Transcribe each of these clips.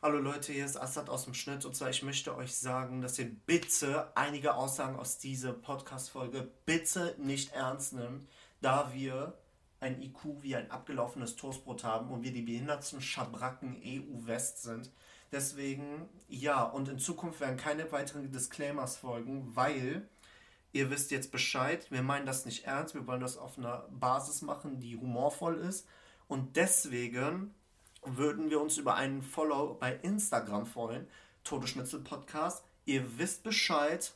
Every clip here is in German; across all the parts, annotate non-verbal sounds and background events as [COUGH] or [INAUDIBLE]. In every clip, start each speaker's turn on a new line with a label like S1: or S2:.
S1: Hallo Leute, hier ist Assad aus dem Schnitt und zwar ich möchte euch sagen, dass ihr bitte einige Aussagen aus dieser Podcast-Folge bitte nicht ernst nimmt, da wir ein IQ wie ein abgelaufenes Toastbrot haben und wir die behindertsten Schabracken EU-West sind. Deswegen, ja, und in Zukunft werden keine weiteren Disclaimers folgen, weil ihr wisst jetzt Bescheid, wir meinen das nicht ernst, wir wollen das auf einer Basis machen, die humorvoll ist. Und deswegen würden wir uns über einen Follow bei Instagram freuen, Todeschnitzel Podcast. Ihr wisst Bescheid.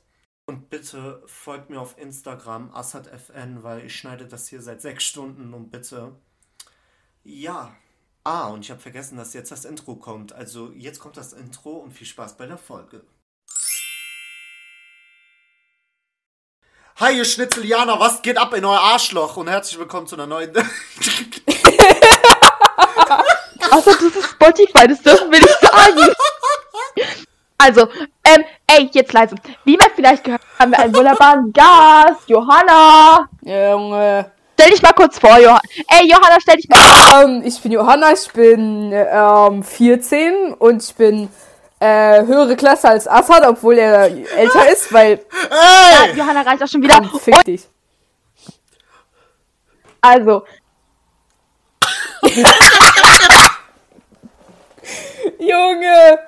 S1: Und bitte folgt mir auf Instagram, AssadFN, weil ich schneide das hier seit sechs Stunden und bitte. Ja. Ah, und ich habe vergessen, dass jetzt das Intro kommt. Also jetzt kommt das Intro und viel Spaß bei der Folge. Hi, ihr Schnitzelianer, was geht ab in euer Arschloch? Und herzlich willkommen zu einer neuen... [LAUGHS]
S2: Außer das ist Spotify, das dürfen wir nicht sagen. Also, ähm, ey, jetzt leise. Wie man vielleicht gehört, hat, haben wir einen wunderbaren Gast, Johanna.
S3: Junge.
S2: Stell dich mal kurz vor, Johanna. Ey, Johanna, stell dich mal
S3: Ähm, ich bin Johanna, ich bin ähm, 14 und ich bin äh, höhere Klasse als Assad, obwohl er [LAUGHS] älter ist, weil.
S2: vor. Johanna reicht auch schon wieder.
S3: Fick dich.
S2: Also,
S3: Junge!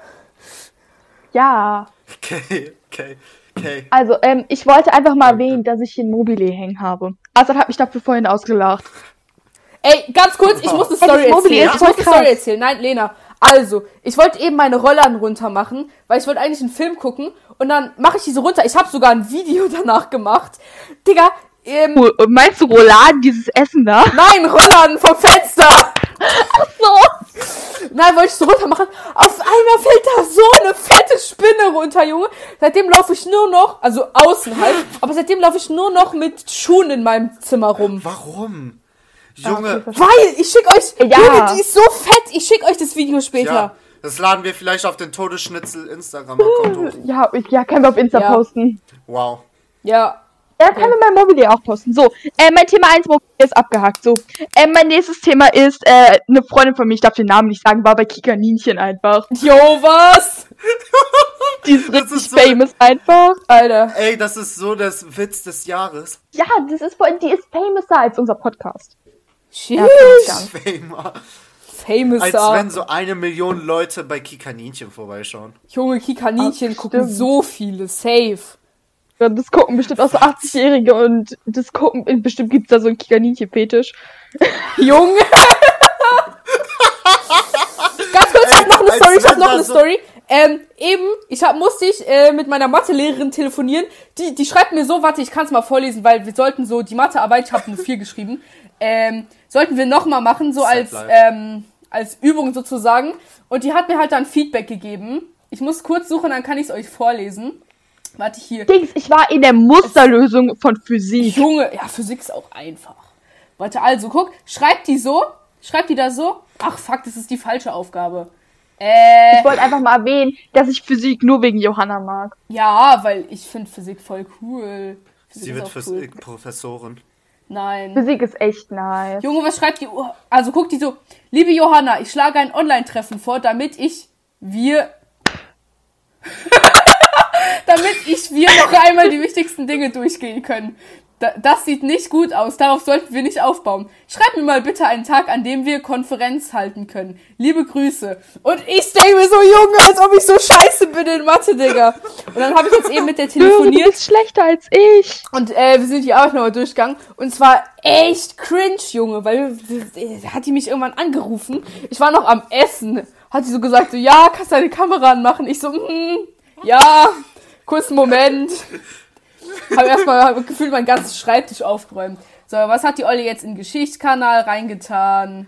S2: ja.
S1: Okay, okay, okay.
S2: Also, ähm, ich wollte einfach mal erwähnen, dass ich hier ein Mobile hängen habe. Assad hat mich dafür vorhin ausgelacht.
S3: Ey, ganz kurz, ich [LAUGHS] muss eine Story
S2: das Mobile
S3: erzählen.
S2: ist
S3: Ich muss eine
S2: voll
S3: Story
S2: krass.
S3: erzählen. Nein, Lena. Also, ich wollte eben meine Rollern runter machen, weil ich wollte eigentlich einen Film gucken und dann mache ich diese runter. Ich habe sogar ein Video [LAUGHS] danach gemacht. Digga, ähm,
S2: Du, äh, meinst du Rouladen, dieses Essen da?
S3: nein, Rollern vom Fenster!
S2: So.
S3: Nein, wollte ich so runter machen. Auf einmal fällt da so eine fette Spinne runter, Junge. Seitdem laufe ich nur noch, also außen halt, aber seitdem laufe ich nur noch mit Schuhen in meinem Zimmer rum.
S1: Warum?
S3: Ah,
S1: Junge,
S3: Weil ich schick euch,
S2: Ja.
S3: Junge, die ist so fett. Ich schick euch das Video später.
S1: ja, das laden wir vielleicht auf den Todesschnitzel Instagram-Account
S3: [LAUGHS]
S1: hoch.
S2: Ja, ja, können wir auf Insta
S3: Ja.
S2: posten.
S1: Wow.
S3: Ja.
S2: Ja, können wir mein Mobile auch posten. So, äh, mein Thema 1 Mobile ist abgehakt. So, äh, mein nächstes Thema ist, äh, eine Freundin von mir, ich darf den Namen nicht sagen, war bei Kikaninchen einfach.
S3: Jo, was?
S2: Die ist
S1: [LAUGHS] Das
S2: richtig
S1: ist so-
S2: famous einfach.
S3: Alter.
S1: Ey, das ist so das Witz des Jahres. [LAUGHS]
S2: Ja, das ist vor allem, die ist famouser als unser Podcast.
S3: Sheesh.
S2: Ja, kann ich sagen.
S1: Famer.
S3: Famous
S1: Als
S3: Star.
S1: wenn so eine Million Leute bei Kikaninchen vorbeischauen.
S3: Junge, Kikaninchen
S2: Ah,
S3: gucken
S2: stimmt.
S3: so viele. Safe.
S2: Ja, das gucken bestimmt auch so 80-Jährige und das gucken, bestimmt gibt's da so einen Kikaninchen-Fetisch.
S3: Junge! Ganz kurz, ich hab noch eine
S1: Als
S3: Story, ich hab
S1: wenn
S3: noch
S1: da
S3: eine
S1: so-
S3: Story. Ähm, eben, ich hab, musste ich äh, mit meiner Mathelehrerin telefonieren. Die, die schreibt mir so, warte, ich kann's mal vorlesen, weil wir sollten so die Mathearbeit, ich hab nur vier [LAUGHS] geschrieben, ähm, sollten wir nochmal machen, so
S1: Sad
S3: als,
S1: life.
S3: ähm, als Übung sozusagen. Und die hat mir halt dann Feedback gegeben. Ich muss kurz suchen, dann kann ich's euch vorlesen. Warte, hier.
S2: Dings, ich war in der Musterlösung von Physik.
S3: Junge, ja, Physik ist auch einfach. Warte, also guck, schreibt die so, schreibt die da so. Ach fuck, das ist die falsche Aufgabe. Äh,
S2: Ich wollte einfach mal erwähnen, dass ich Physik nur wegen Johanna mag.
S3: ja, weil ich finde Physik voll cool. Physik
S1: Sie
S3: ist
S1: wird
S3: auch cool.
S1: Physik-Professorin.
S3: Nein.
S2: Physik ist echt nice.
S3: Junge, was schreibt die? Oh, Also guck die so, liebe Johanna, ich schlage ein Online-Treffen vor, damit ich wir [LAUGHS] damit ich wir noch einmal die wichtigsten Dinge durchgehen können. Da, das sieht nicht gut aus, darauf sollten wir nicht aufbauen. Schreib mir mal bitte einen Tag, an dem wir Konferenz halten können. Liebe Grüße. Und ich denke mir so, Junge, als ob ich so scheiße bin in Mathe, Digga. Und dann habe ich jetzt eben mit der
S2: Du
S3: telefoniert
S2: bist schlechter als ich.
S3: und äh, wir sind die Arbeit nochmal durchgegangen. Und zwar echt cringe, Junge, weil äh, hat die mich irgendwann angerufen. Ich war noch am Essen. Hat die so gesagt, so, ja, kannst deine Kamera anmachen? Ich so, mm, ja, kurzen Moment. Hab erstmal hab gefühlt meinen ganzen Schreibtisch aufgeräumt. So, was hat die Olle jetzt in den Geschichtskanal reingetan?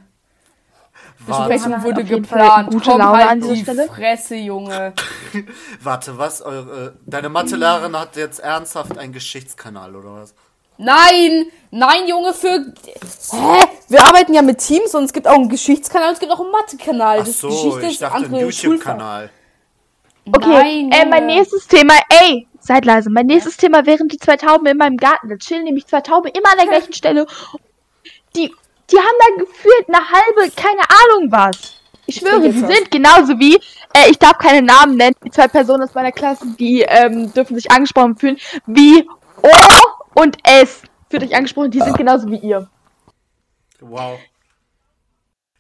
S1: Warte,
S3: Besprechung
S2: Johanna hat
S3: wurde
S2: Ah, auf jeden Fall
S3: geplant.
S2: gute
S3: Komm
S2: Laune
S3: halt
S2: an dieser
S3: die
S2: Stelle.
S3: Fresse, Junge.
S1: warte, was? Eure, äh, deine Mathelehrerin hat jetzt ernsthaft einen Geschichtskanal, oder was?
S3: Nein, nein, Junge, für. Hä? Wir arbeiten ja mit Teams und es gibt auch einen Geschichtskanal und es gibt auch einen Mathe-Kanal.
S1: Ach
S3: Das ist
S1: so,
S3: Geschichte
S1: ich
S3: ist
S1: dachte einen
S3: andere Schulfach.
S1: YouTube-Kanal.
S2: Okay,
S3: Nein,
S2: äh, mein
S3: Junge.
S2: nächstes Thema, ey, seid leise. Mein nächstes Thema wären die zwei Tauben in meinem Garten. Da chillen nämlich zwei Tauben immer an [LAUGHS] der gleichen Stelle. Die, die haben da gefühlt eine halbe, keine Ahnung was. Ich schwöre,
S3: trinke
S2: die
S3: jetzt was.
S2: sind genauso wie, äh, ich darf keine Namen nennen, die zwei Personen aus meiner Klasse, die ähm, dürfen sich angesprochen fühlen, wie O und S fühlt euch angesprochen,
S1: Ah.
S2: die sind genauso wie ihr.
S1: Wow.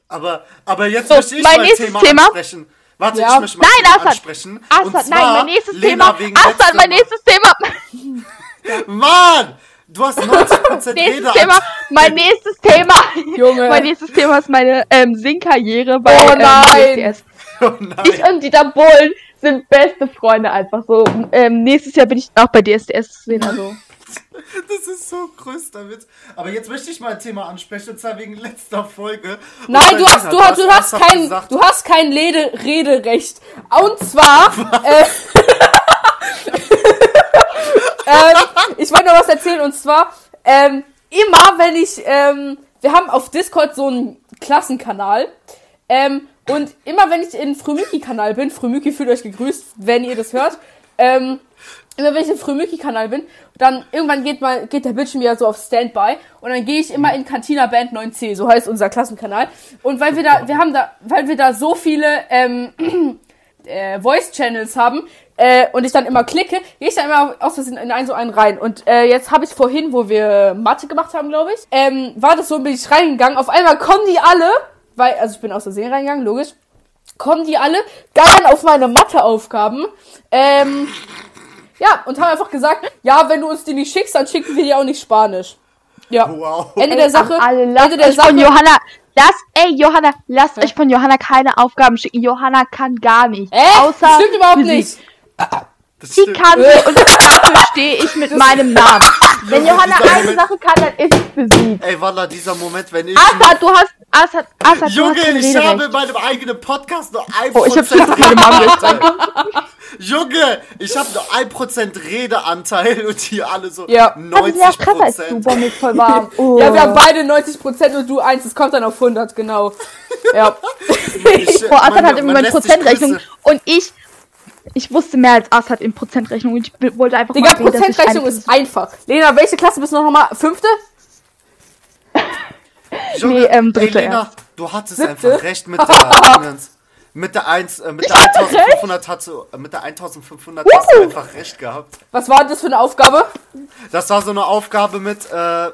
S1: Aber, aber jetzt
S2: So,
S1: möchte ich
S2: mein
S1: mein
S2: nächstes
S1: Thema,
S2: Thema.
S1: ansprechen. Warte,
S3: Ja.
S1: ich möchte mein
S2: Nein,
S1: Thema
S2: Assad.
S1: ansprechen. Und
S2: Assad, nein,
S1: zwar
S2: mein nächstes
S1: Lena
S2: Thema.
S1: wegen
S2: Assad, mein
S1: letztem
S2: nächstes Thema.
S1: Mann! Du
S2: [LAUGHS]
S1: hast 90%
S2: nächstes
S1: Rede.
S2: Thema. Mein nächstes Thema.
S3: Junge.
S2: Mein nächstes Thema ist meine ähm, Singkarriere bei
S3: Oh nein.
S2: Ähm, DSDS.
S1: Oh nein.
S2: Ich und Dieter Bohlen sind beste Freunde einfach so. Ähm, nächstes Jahr bin ich auch bei DSDS zu sehen, also.
S1: Das ist so größter Witz. Aber jetzt möchte ich mal ein Thema ansprechen, und zwar wegen letzter Folge. Und
S3: Nein, du
S1: zwar
S3: hast,
S1: Lena,
S3: du hast, du hast
S1: ernsthaft
S3: kein,
S1: gesagt-
S3: du hast kein Lede Rederecht. Und zwar, äh, [LAUGHS] ähm, ich wollte noch was erzählen, und zwar, ähm, immer wenn ich, ähm, wir haben auf Discord so einen Klassenkanal, ähm, und immer wenn ich in Frömyki-Kanal bin, Frömyki fühlt euch gegrüßt, wenn ihr das hört, ähm, immer wenn ich im Frömyki-Kanal bin, dann irgendwann geht mal, geht der Bildschirm wieder so auf Standby und dann gehe ich immer in Cantina Band 9C, so heißt unser Klassenkanal. Und weil wir da, wir haben da, weil wir da so viele ähm, äh, Voice-Channels haben äh, und ich dann immer klicke, gehe ich dann immer aus Versehen in einen so einen rein. Und äh, jetzt habe ich vorhin, wo wir Mathe gemacht haben, glaube ich, ähm, war das so, bin ich reingegangen. Auf einmal kommen die alle, weil, also ich bin aus Versehen reingegangen, logisch kommen die alle, geiern auf meine Matheaufgaben. Ähm, ja, und haben einfach gesagt, ja, wenn du uns die nicht schickst, dann schicken wir dir auch nicht Spanisch. Ja.
S1: Wow.
S3: Ende der Sache.
S2: Alle lasst
S3: Ende der
S2: euch von
S3: Sache.
S2: Johanna. Lasst, ey, Johanna, lasst euch von Johanna keine Aufgaben schicken. Johanna kann gar nicht.
S3: Äh,
S2: außer
S3: stimmt überhaupt
S2: Physik.
S3: nicht.
S1: Das
S2: Sie kann nicht und dafür stehe ich mit
S3: [LAUGHS]
S2: meinem Namen. Wenn Johanna
S1: dieser
S2: eine
S1: Moment-
S2: Sache kann, dann ist es Physik.
S1: Ey, Walla, dieser Moment, wenn ich.
S2: Assad, du hast, Assad, Assad, du hast
S1: Junge,
S2: kein
S1: ich
S2: Rederecht.
S1: habe in meinem eigenen Podcast nur 1%
S2: Oh, ich hab schon zu viel Mann jetzt. danke.
S1: [LAUGHS] Junge, ich habe nur 1% Redeanteil und die alle so
S3: Ja.
S1: 90%.
S2: Das ist ja krasser als du, boah, mir ist voll warm. [LAUGHS] Oh.
S3: Ja, wir haben beide 90% und du eins, es kommt dann auf 100, genau.
S2: [LAUGHS]
S3: Ja.
S1: Ich,
S2: Boah, Assad
S1: man-
S2: hat immer
S1: man
S2: meine
S1: lässt sich
S2: Prozentrechnung
S1: Grüße.
S2: und ich, ich wusste mehr als Assad in Prozentrechnung und ich wollte einfach
S3: Digga,
S2: erwähnen, dass ich
S3: Prozentrechnung
S2: eine-
S3: ist einfach. Lena, welche Klasse bist du noch nochmal? Fünfte?
S1: Junge,
S2: Nee, ähm, dritte
S1: ey, Lena,
S2: erst.
S1: du hattest
S3: Siebte?
S1: einfach recht mit der Dingens. Mit der 1, äh, mit der 1500 hast du, äh, mit der 1500 hast du
S2: Wuhu.
S1: einfach recht gehabt.
S3: Was war das für eine Aufgabe?
S1: Das war so eine Aufgabe mit, äh,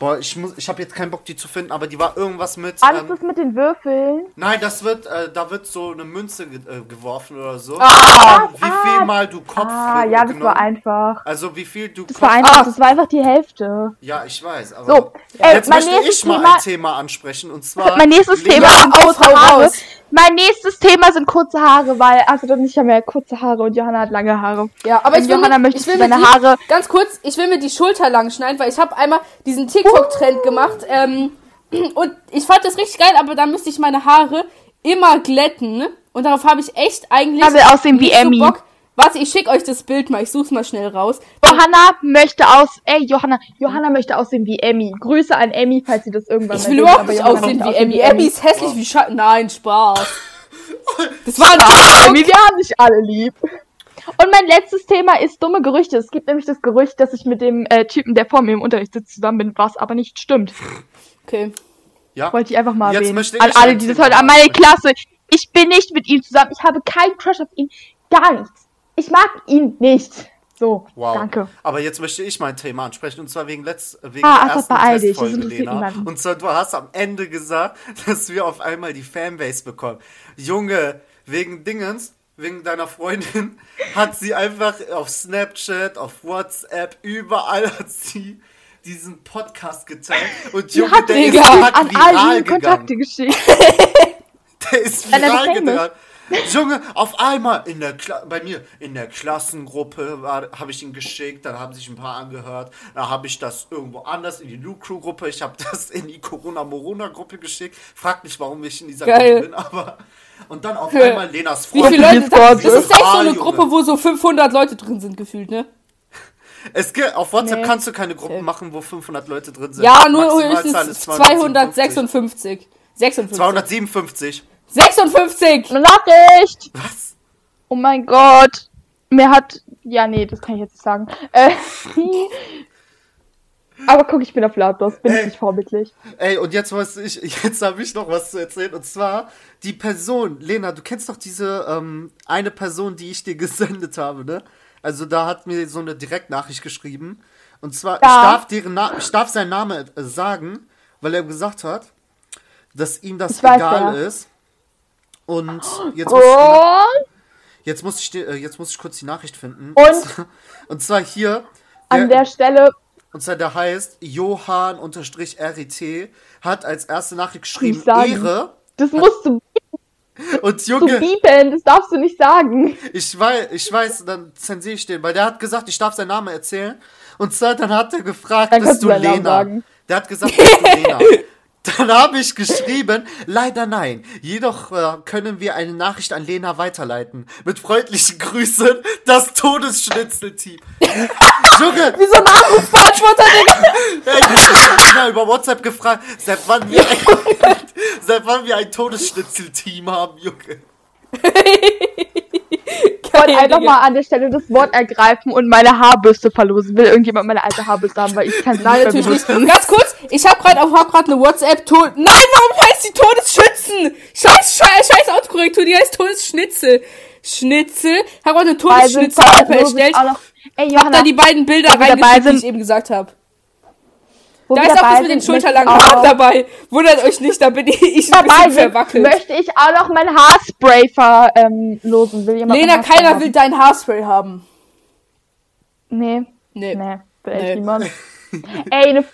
S1: boah, ich muss, ich habe jetzt keinen Bock, die zu finden, aber die war irgendwas mit,
S2: Alles
S1: ähm,
S2: ist mit den Würfeln.
S1: nein, das wird, äh, da wird so eine Münze ge äh, geworfen oder so.
S3: Ah.
S1: Wie viel mal du Kopf
S2: Ah,
S1: ge-
S2: ja, das
S1: genommen-
S2: war einfach.
S1: Also wie viel du
S2: Das war einfach,
S3: Ah.
S2: das war einfach die Hälfte.
S1: Ja, ich weiß, aber
S2: So, ey,
S1: jetzt
S2: mein
S1: möchte
S2: nächstes
S1: ich mal
S2: Thema-
S1: ein Thema ansprechen
S2: [LAUGHS]
S1: und zwar
S2: Mein nächstes
S1: Lena-
S2: Thema sind kurze
S3: hau
S2: Haare.
S3: raus.
S2: Mein nächstes Thema sind kurze Haare, weil Astrid und ich haben ja kurze Haare und Johanna hat lange Haare.
S3: Ja, aber
S2: Und
S3: ich will,
S2: Johanna
S3: mir-
S2: möchte
S3: ich will mir
S2: meine
S3: die,
S2: Haare.
S3: Ganz kurz, ich will mir die Schulter lang schneiden, weil ich habe einmal diesen TikTok-Trend gemacht. Ähm, [CLEARS THROAT] und ich fand das richtig geil, aber da müsste ich meine Haare immer glätten. ne? Und darauf habe ich echt eigentlich.
S2: Ich will aussehen wie
S3: nicht so
S2: Emmy.
S3: Bock. Warte, ich schicke euch das Bild mal. Ich such's mal schnell raus.
S2: Johanna möchte aus. Ey, Johanna, Johanna möchte aussehen wie Emmy. Grüße an Emmy, falls sie das irgendwann
S3: Ich
S2: mal
S3: will
S2: sehen,
S3: überhaupt
S2: aber
S3: nicht
S2: Johanna
S3: aussehen
S2: möchte
S3: wie Emmy. Emmy ist hässlich wie Scha
S2: [LAUGHS]
S3: Nein, Spaß. Das war ein
S2: Spaß,
S3: Joke.
S2: Emmy, wir haben dich alle lieb. Und mein letztes Thema ist dumme Gerüchte. Es gibt nämlich das Gerücht, dass ich mit dem äh, Typen, der vor mir im Unterricht sitzt, zusammen bin, was aber nicht stimmt.
S3: Okay.
S1: ja.
S2: Wollte ich einfach mal
S1: Jetzt
S2: erwähnen.
S1: möchte ich
S2: An alle,
S1: ein
S2: die das
S1: Thema
S2: heute an meine
S1: ansprechen.
S2: Klasse. Ich bin nicht mit ihm zusammen. Ich habe keinen Crush auf ihn. Gar nichts. Ich mag ihn nicht. So,
S1: Wow.
S2: danke.
S1: Aber jetzt möchte ich mein Thema ansprechen und zwar wegen letzt äh, wegen
S2: Ah,
S1: der
S2: Assad,
S1: ersten
S2: beeil dich, das
S1: Testfolge,
S2: interessiert
S1: Lena.
S2: niemanden.
S1: Und zwar du hast am Ende gesagt, [LAUGHS] dass wir auf einmal die Fanbase bekommen. Junge, wegen Dingens, wegen deiner Freundin [LAUGHS] hat sie einfach auf Snapchat, auf WhatsApp, überall hat sie diesen Podcast geteilt und Junge,
S2: hat
S1: der ist
S2: den
S3: gehabt,
S1: hart
S2: An all
S1: viral
S2: die
S1: gegangen.
S2: Kontakte geschickt.
S1: Der ist
S2: Einer
S1: viral
S2: Gefängnis.
S1: gegangen. Junge, auf einmal in der Kla bei mir in der Klassengruppe habe ich ihn geschickt, dann haben sich ein paar angehört, dann habe ich das irgendwo anders in die Loot Crew Gruppe, ich habe [LAUGHS] das in die Corona Morona Gruppe geschickt. Frag nicht, warum ich in dieser
S3: Geil.
S1: Gruppe bin, aber [LAUGHS] und dann auf
S3: Für-
S1: einmal Lenas
S3: Wie
S1: Freund.
S3: viele Leute? Das, das ist echt so
S1: Ah,
S3: eine
S1: Junge.
S3: Gruppe, wo so 500 Leute drin sind, gefühlt, ne?
S1: Es gibt auf WhatsApp
S3: Nee.
S1: kannst du keine Gruppen machen, wo 500 Leute drin sind.
S3: Ja, nur
S1: Maximalzahl
S3: höchstens
S1: ist 256.
S3: 256. 56.
S1: 257.
S3: 56!
S2: Eine Nachricht!
S1: Was?
S2: Oh mein Gott. Mir hat. Ja, nee, das kann ich jetzt nicht sagen. Äh, [LAUGHS] Aber guck, ich bin auf lautlos, bin ich
S1: Ey.
S2: nicht vorbildlich.
S1: Ey, und jetzt was ich, jetzt habe ich noch was zu erzählen. Und zwar die Person, Lena, du kennst doch diese ähm, eine Person, die ich dir [LAUGHS] gesendet habe, ne? Also da hat mir so eine Direktnachricht geschrieben. Und zwar, ich,
S2: Ja.
S1: darf deren Na ich darf seinen Namen äh, sagen, weil er gesagt hat, dass ihm das
S2: Ich weiß,
S1: egal
S2: wer.
S1: ist. Und jetzt muss
S2: Oh,
S1: ich
S2: Und
S1: Jetzt muss ich, die- äh, jetzt muss ich kurz die Nachricht finden.
S2: Und?
S1: [LAUGHS] und zwar hier.
S2: an
S1: der-
S2: der Stelle,
S1: und zwar der heißt Johann-RIT hat als erste Nachricht geschrieben
S2: Nicht sagen.
S1: Ehre.
S2: das musst du,
S1: Und
S2: du
S1: Junge,
S2: biepen, das darfst du nicht sagen.
S1: ich weiß, ich weiß, dann zensiere ich den, weil der hat gesagt, ich darf seinen Namen erzählen. Und zwar, dann hat er gefragt,
S2: Dann
S1: bist
S2: kannst
S1: du
S2: du deinen Namen
S1: Lena?
S2: sagen.
S1: Der hat gesagt, bist du
S2: [LAUGHS]
S1: Lena? Dann habe ich geschrieben, leider nein. Jedoch äh, können wir eine Nachricht an Lena weiterleiten. Mit freundlichen Grüßen, das
S2: [LAUGHS]
S1: Todesschnitzelteam. Junge,
S3: Wie so ein Anrufbeantworter, Digga.
S1: Ey, ich hab Lena über WhatsApp gefragt, seit wann wir ein, seit wann wir ein Todesschnitzelteam haben, Junge.
S2: Ich wollte
S3: Geil,
S2: einfach
S3: Digga.
S2: mal an der Stelle das Wort ergreifen und meine Haarbürste verlosen. Will irgendjemand meine alte Haarbürste haben, weil ich kann sie
S3: [LAUGHS]
S2: nicht
S3: Nein,
S2: mehr
S3: natürlich nicht.
S2: benutzen.
S3: Ganz kurz, ich hab gerade auf hab grad eine WhatsApp tot. Nein, warum heißt die Todesschützen? Scheiß, scheiß, scheiß Autokorrektur, die heißt Todesschnitzel. Schnitzel. Hab grad eine
S2: Weil sind
S3: Todesschnitzel
S2: verlosen
S3: erstellt.
S2: auch noch. Ey,
S3: Hab da
S2: Johanna,
S3: die beiden Bilder
S2: Wo wir dabei
S3: reingeschickt, die
S2: sind-
S3: ich eben gesagt habe.
S2: wo
S3: Da
S2: wir
S3: ist auch
S2: dabei
S3: das mit den
S2: sind, möchte ich
S3: schulterlangen [LAUGHS]
S2: auch-
S3: Haaren dabei. Wundert euch nicht, da bin ich, ich ein
S2: dabei
S3: bisschen
S2: sind,
S3: verwackelt.
S2: möchte ich auch noch mein Haarspray verlosen. Ähm, losen. Will jemand
S3: Lena,
S2: mein Haarspray
S3: keiner
S2: haben?
S3: will dein Haarspray haben.
S2: Nee,
S3: Nee.
S2: nee, will echt
S3: Nee. [LAUGHS]
S2: niemand. Ey, eine F-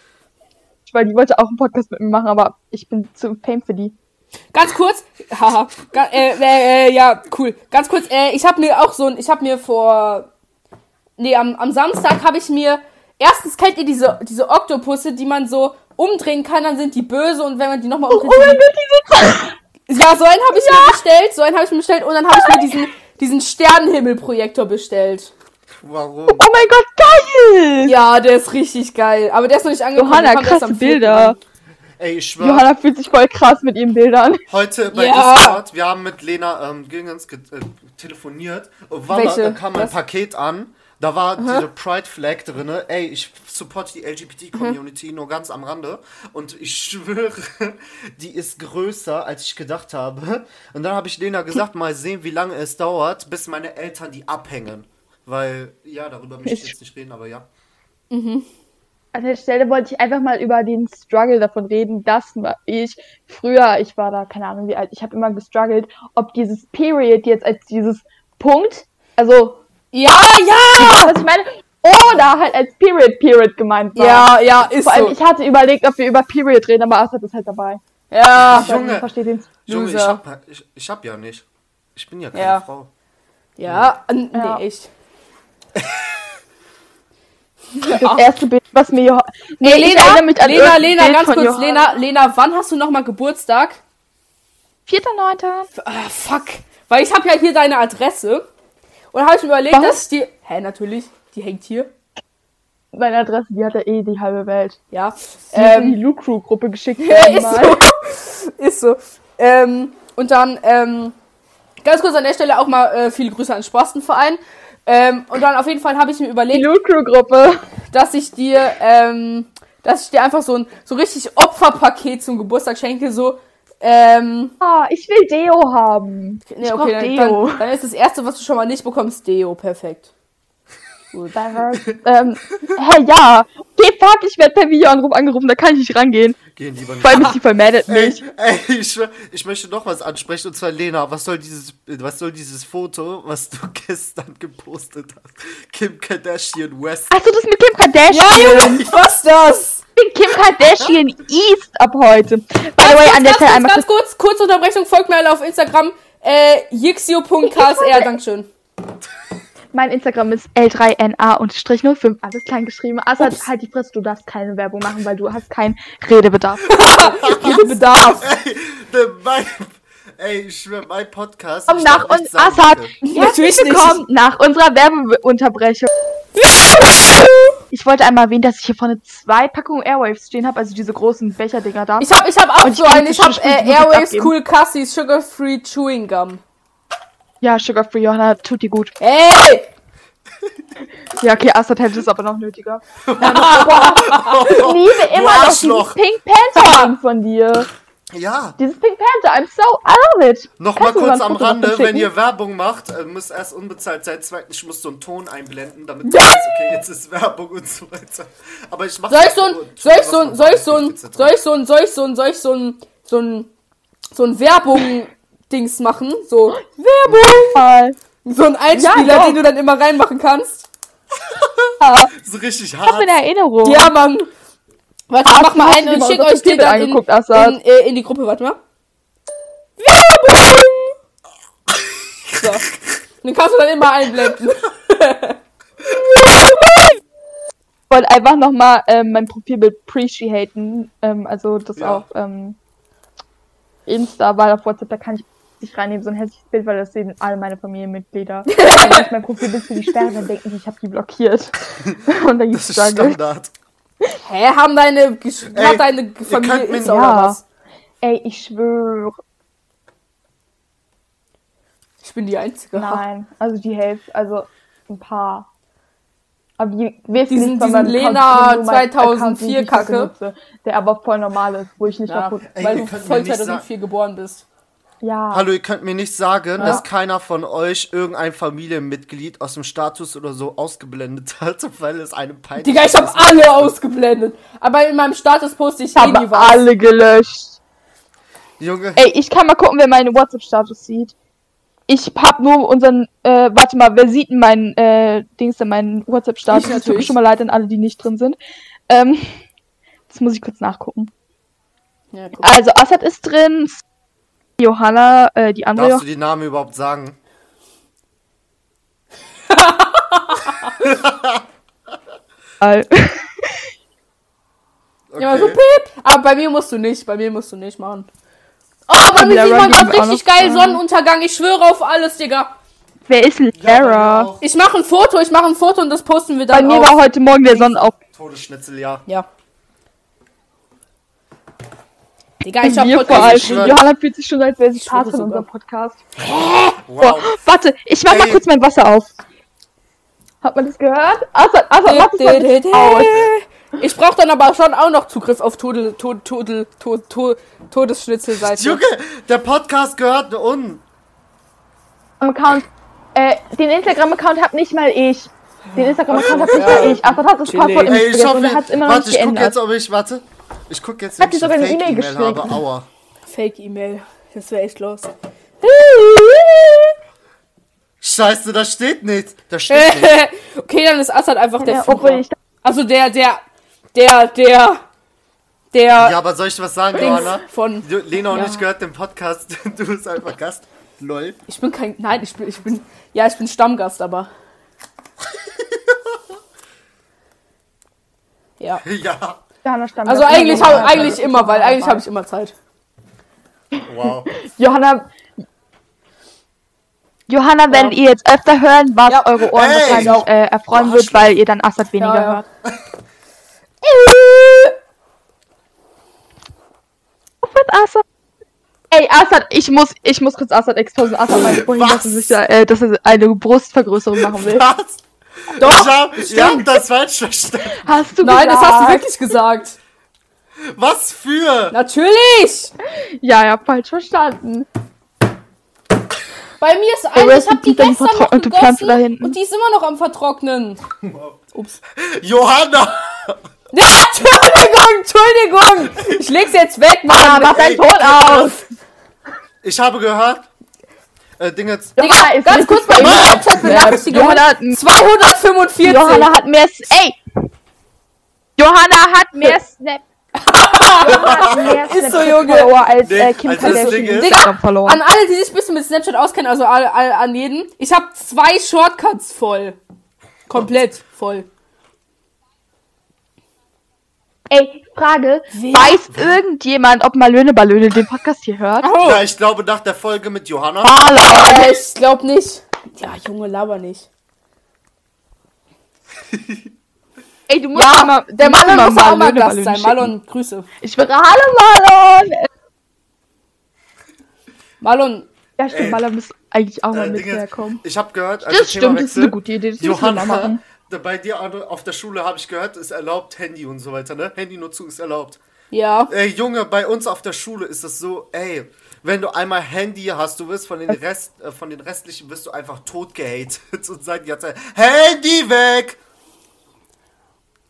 S2: weil die wollte auch einen Podcast mit mir machen, aber ich bin zu fame für die.
S3: Ganz kurz, [LAUGHS] haha, ga, äh, äh, äh, ja, cool. Ganz kurz, äh, ich habe mir auch so ein, ich habe mir vor, nee, am, am Samstag habe ich mir, erstens kennt ihr diese, diese Oktopusse, die man so umdrehen kann, dann sind die böse und wenn man die nochmal umdreht, sind
S2: Oh, Gott, diese
S3: die, ja, so einen habe ich mir bestellt, so einen habe ich mir bestellt und dann habe ich mir diesen, diesen Sternenhimmelprojektor bestellt.
S1: Warum?
S2: Oh mein Gott, geil!
S3: Ja, der ist richtig geil, aber der ist noch nicht angekommen.
S2: Johanna,
S3: der kommt erst
S2: krasse
S3: am vierten
S2: Bilder.
S3: an.
S1: Ey, ich schwör,
S2: Johanna fühlt sich voll krass mit ihren Bildern.
S1: heute bei
S3: Ja.
S1: Discord, wir haben mit Lena ähm, Gingens ge- äh, telefoniert und war,
S3: Welche?
S1: da kam ein
S3: Was?
S1: Paket an, da war diese Pride Flag drinne. Ey, ich support die LGBT
S3: Mhm.
S1: Community nur ganz am Rande und ich [LAUGHS] schwöre, die ist größer, als ich gedacht habe. Und dann habe ich Lena gesagt, mal sehen, wie lange es dauert, bis meine Eltern die abhängen. Weil, ja, darüber möchte ich
S2: Ich-
S1: jetzt nicht reden, aber ja.
S2: An der Stelle wollte ich einfach mal über den Struggle davon reden, dass ich früher, ich war da, keine Ahnung wie alt, ich habe immer gestruggelt, ob dieses Period jetzt als dieses Punkt, also,
S3: Ja, ja!
S2: was ich meine, oder halt als Period Period gemeint war.
S3: Ja, ja, ist
S2: Vor allem,
S3: so.
S2: ich hatte überlegt, ob wir über Period reden, aber Arthur ist halt dabei.
S3: Ja,
S2: Weil
S1: Junge.
S2: ich verstehe den.
S1: Junge, ich
S3: Loser.
S1: hab, ich, ich hab ja nicht. Ich bin ja keine
S3: Ja.
S1: Frau.
S3: ja, n-
S2: Ja.
S3: nee, ich.
S2: Das erste Bild, was mir Johanna. Nee, ich
S3: Lena,
S2: erinnere mich an
S3: Lena,
S2: irgendein
S3: Lena,
S2: Bild
S3: ganz
S2: von
S3: kurz,
S2: Johanna.
S3: Lena, Lena, wann hast du nochmal Geburtstag?
S2: 4.9.
S3: Ah, fuck. Weil ich habe ja hier deine Adresse. Und habe ich mir überlegt,
S2: Warum?
S3: dass ich dir. Hä, natürlich. Die hängt hier.
S2: Meine Adresse, die hat ja eh die halbe Welt.
S3: Ja.
S2: Die ist in
S3: Ähm,
S2: die Loot Crew Gruppe geschickt.
S3: äh, ist
S2: worden, mal.
S3: so. ist so. Ähm, und dann, ähm, ganz kurz an der Stelle auch mal äh, viele Grüße an den Spastenverein. Ähm, und dann auf jeden Fall habe ich mir
S2: Die
S3: überlegt,
S2: Loot Crew Gruppe.
S3: dass ich dir, ähm, dass ich dir einfach so ein so richtig Opferpaket zum Geburtstag schenke, so, ähm,
S2: Ah, ich will Deo haben.
S3: Nee,
S2: ich
S3: okay, dann,
S2: brauch Deo.
S3: Dann, dann ist das erste, was du schon mal nicht bekommst, Deo. Perfekt.
S2: ähm, hä, ja. Geh, fuck, ich werde per Videoanruf angerufen, da kann ich nicht rangehen.
S1: Gehen lieber nicht.
S2: Vor allem ist die voll
S3: [LAUGHS]
S2: mad at
S1: Ey,
S2: mich.
S1: ey, ich, schwör, ich möchte noch was ansprechen und zwar Lena, was soll dieses was soll dieses Foto, was du [LAUGHS] gestern gepostet hast? Kim Kardashian West.
S2: Achso, das mit Kim Kardashian.
S3: was das?
S2: Ich bin Kim Kardashian East ab heute. By the way, an der Stelle
S3: ganz, kurz,
S2: einmal
S3: ganz kurz, kurze Unterbrechung, folgt mir alle auf Instagram. Äh, jixio.ksr, Dankeschön.
S2: Mein Instagram ist L3NA-05, alles klein geschrieben. Also halt die Frist, du darfst keine Werbung machen, weil du hast keinen Redebedarf.
S3: [LAUGHS] Bitte Bedarf.
S1: Ey, der, Ne, mein, ey, ich schwör, mein Podcast.
S2: Komm
S1: ich
S2: nach
S1: darf nichts
S2: uns,
S1: sagen,
S2: Assad.
S1: Leute.
S3: Natürlich
S2: Herzlich willkommen nach unserer Werbeunterbrechung. Ich wollte einmal erwähnen, dass ich hier vorne zwei Packungen Airwaves stehen habe, also diese großen Becherdinger da.
S3: Ich hab, ich hab auch
S2: Und ich
S3: so
S2: kann
S3: einen,
S2: jetzt
S3: ich hab
S2: schon
S3: äh,
S2: Musik
S3: Airwaves
S2: abgeben.
S3: Cool Cassis Sugar Free Chewing Gum.
S2: ja, Sugar Free Johanna, tut die gut.
S3: Ey!
S2: Ja, okay, Astrid Hemd ist aber noch nötiger. [LAUGHS] Ich liebe immer noch dieses
S1: Arschloch.
S2: Pink Panther-Ding von dir.
S1: Ja,
S2: Dieses Pink Panther, I'm so I love it.
S1: nochmal
S2: Kannst du mir
S1: kurz
S2: dann
S1: am
S2: Foto davon
S1: Rande, wenn
S2: schicken?
S1: ihr Werbung macht, äh, müsst erst unbezahlt sein. Zweitens, ich muss so einen Ton einblenden, damit du weißt, okay, jetzt ist Werbung und so weiter. Aber ich mach
S3: Soll ich so ein, soll ich so ein, soll ich so ein, soll ich so ein, soll ich so ein, soll ich so ein, so ein, so ein Werbung-Dings machen? So, Werbung!
S2: Mal.
S3: So ein Einspieler,
S2: Ja, doch.
S3: den du dann immer reinmachen kannst.
S1: So richtig
S2: Ich hab
S1: hart.
S2: in Erinnerung.
S3: Ja, Mann. Warte,
S2: Ach,
S3: mach mal
S2: hast
S3: einen
S2: du dir
S3: und
S2: Oh. mal
S3: ich schick
S2: unser
S3: euch den
S2: Titelbild
S3: dann in,
S2: angeguckt, Assad?
S3: in, äh, in die Gruppe, warte mal. Werbung! So. Den kannst du dann immer einblenden.
S2: Ich wollte einfach nochmal ähm, mein Profilbild appreciaten. Ähm, also das
S1: Ja.
S2: auf ähm, Insta, weil auf WhatsApp, da kann ich nicht reinnehmen, so ein hässliches Bild, weil das sehen alle
S1: [LAUGHS]
S2: meine Familienmitglieder. Und wenn ich mein Profilbild für die sperre, dann denken die, ich habe
S1: [LAUGHS]
S2: die blockiert. Und dann
S1: Das
S2: gibt's
S1: ist
S2: Struggle.
S1: Standard.
S3: Hä, haben deine, Gesch-
S1: Ey,
S3: hat deine Familie
S1: könnt mir-
S3: Insta oder
S2: Ja.
S3: was?
S2: Ey, ich schwöre.
S3: Ich bin die Einzige.
S2: Nein. Also die Hälfte, also ein paar. Aber die wirft
S3: Diesen-
S2: nicht von
S3: diesen
S2: meinem
S3: Lena
S2: Account, nur mein Account, den ich
S3: 2004
S2: nicht mehr
S3: Kacke.
S2: benutze, Der aber voll normal ist, wo ich nicht
S3: Ja,
S2: kaputt.
S1: Ey,
S3: weil
S1: ihr
S3: du
S1: könnt mir
S3: voll
S1: nicht
S3: 2004 geboren bist.
S2: Ja.
S1: Hallo, ihr könnt mir nicht sagen, dass keiner von euch irgendein Familienmitglied aus dem Status oder so ausgeblendet [LAUGHS] hat, weil es eine peinlich
S3: Digga, ich hab alle ausgeblendet. Aber in meinem Status poste ich
S2: Ich
S3: eh nie
S2: habe
S3: was.
S2: alle gelöscht.
S1: Junge,
S2: Ey, ich kann mal gucken, wer meinen WhatsApp-Status sieht. Ich hab nur unseren, äh, warte mal, wer sieht denn meinen, äh, Dings denn, meinen
S3: Ich
S2: WhatsApp-Status?
S3: natürlich.
S2: Es tut mir schon mal leid an alle, die nicht drin sind. Ähm, das muss ich kurz nachgucken.
S3: Ja, guck.
S2: Also, Assad ist drin, Johanna, äh, die andere
S1: darfst du
S2: Johanna.
S1: die Namen überhaupt sagen?
S2: äh,
S3: Ja, so
S1: Okay.
S3: piep. Aber bei mir musst du nicht, bei mir musst du nicht machen. Oh, bei
S2: Und
S3: mir sieht
S2: Lara
S3: man
S2: geben
S3: grad
S2: auch
S3: richtig
S2: noch
S3: geil
S2: Fragen.
S3: Sonnenuntergang. Ich schwöre auf alles, Digga.
S2: [LAUGHS] Wer ist
S1: Ja, bei mir
S2: Lara?
S1: auch.
S3: Ich mache ein Foto, ich mache ein Foto und das posten wir
S2: bei
S3: dann
S2: mir
S3: auf.
S2: war heute Morgen der Sonnenaufgang.
S1: Todesschnitzel, ja.
S3: ja. Digga, ich hab
S2: Mir
S3: Podcast
S2: vor allem.
S1: schwöre.
S2: Johanna fühlt sich schon, als wäre sie
S3: schwöre
S2: Part von
S3: sogar.
S2: unserem Podcast. Oh,
S1: Wow.
S2: warte, ich mach mal
S1: Ey.
S2: kurz mein Wasser auf. Hat man das gehört? Assad, Assad, mach das mal bitte aus.
S3: Ich brauche dann aber schon auch noch Zugriff auf Todel, Tod, Todel, Tod, Tod, Todesschnitzelseite.
S1: Junge, der Podcast gehört uns.
S2: Instagram-Account. Äh, den Instagram-Account hab nicht mal ich. Den Instagram-Account hab nicht
S1: Ja.
S2: mal ich. Assad hat das Passwort
S3: Chillig.
S1: Ey, ich
S2: installiert und er
S1: hoffe,
S2: hat's immer noch
S1: warte,
S2: nicht
S1: ich guck jetzt,
S2: geändert.
S1: ob ich, warte. Ich guck jetzt,
S2: Hat
S1: ob
S2: dir
S1: ich
S2: sogar
S1: eine
S2: eine E-Mail
S1: Fake-E-Mail habe.
S2: geschickt.
S1: Aua.
S3: Fake-E-Mail. Das wäre echt [LAUGHS] los.
S1: Scheiße, da steht nichts. Da steht
S2: [LAUGHS]
S1: nichts.
S3: okay, dann ist Assad einfach der
S2: Ja,
S3: Führer.
S2: obwohl ich
S3: Also der, der, der, der, der
S1: Ja, aber soll ich was sagen, Johanna?
S3: Dings von...
S1: Jo- Lena und
S3: Ja.
S1: ich gehört dem Podcast. [LAUGHS] Du bist einfach Gast. Lol.
S3: Ich bin kein... Nein, ich bin... Ich bin ja, ich bin Stammgast, aber... ja.
S1: Ja.
S2: Johanna stand
S3: Also
S2: da.
S3: eigentlich, hab,
S2: Johanna-
S3: eigentlich immer, weil eigentlich habe ich immer Zeit.
S1: Wow.
S2: Johanna. Johanna, wenn
S3: Ja.
S2: ihr jetzt öfter hören, was
S3: Ja.
S2: eure Ohren
S1: Ey.
S2: wahrscheinlich äh, erfreuen wird, weil ihr dann Assad weniger
S3: Ja, ja.
S2: hört. Auf mit Assad. Ey, Assad, ich muss, ich muss kurz Assad exposen. Assad meinte vorhin, dass er,
S1: Was?
S2: sich da, äh, dass er eine Brustvergrößerung machen will.
S1: Was? Ich
S3: Doch!
S1: hab, ich hab das falsch verstanden.
S2: Hast du
S3: Nein, das
S2: gesagt?
S3: hast du wirklich gesagt.
S1: Was für?
S3: Natürlich!
S2: Ja, ja, falsch verstanden.
S3: Bei mir ist
S2: Rest
S3: eine, ich
S2: in
S3: habe die
S2: Peace, deine
S3: gestern noch
S2: vertrocknete Pflanze da
S3: gegossen
S2: hinten.
S3: und die ist immer noch am Vertrocknen. Ups.
S1: Johanna!
S3: Ja, Entschuldigung, Entschuldigung. Ich leg's jetzt weg, Mann.
S2: Ah, mach deinen Ton aus!
S1: Ich habe gehört. Äh, Dingens.
S3: Digga,
S2: ist
S3: ganz
S2: richtig
S3: kurz bei mir
S2: verwirrt.
S3: Snapchat-Benachrichtigung.
S2: Johanna hat,
S3: 245.
S2: Johanna hat mehr. S Ey! Johanna hat mehr
S3: [LAUGHS]
S2: Snap. Johanna hat mehr
S3: [LAUGHS] Ist so,
S2: Snapchat-Follower als
S1: Nee,
S2: äh, Kim
S1: also das
S2: Kardashian
S1: Ding ist-
S3: Digga,
S2: Instagram-Follower.
S3: an alle, die sich ein bisschen mit Snapchat auskennen, also all, all, an jeden, ich habe zwei Shortcuts voll. Komplett voll.
S2: Ey, Frage.
S3: Wer?
S2: Weiß irgendjemand, ob Malöne Ballöne den Podcast hier hört?
S3: Oh.
S1: Ja, ich glaube, nach der Folge mit Johanna.
S2: Ah,
S3: Äh, ich glaub nicht. Ja, Junge, laber nicht.
S2: Ey, du musst
S3: Ja,
S2: doch mal,
S3: der
S2: du musst
S3: Malon
S2: doch
S3: muss auch mal
S2: Malöne
S3: Gast
S2: Ballöne
S3: sein.
S2: schicken.
S3: Malon, Grüße.
S2: Ich will Hallo Malon!
S3: Malon,
S2: Ja, stimmt,
S1: Ey,
S2: Malon muss eigentlich auch mal
S1: Äh,
S2: mit
S1: Dingens.
S2: herkommen.
S1: Ich habe gehört, also
S2: Das stimmt, das ist
S1: Themawechsel,
S2: eine gute Idee. Das müssen wir mal
S1: Johanna
S2: machen.
S1: bei dir Arne, auf der Schule habe ich gehört, ist erlaubt Handy und so weiter, ne? Handynutzung ist erlaubt.
S3: Ja.
S1: Ey, Junge, bei uns auf der Schule ist das so, ey, wenn du einmal Handy hast, du wirst von den Rest, äh, von den restlichen wirst du einfach tot gehatet [LAUGHS] und seit die ganze Zeit, Handy weg!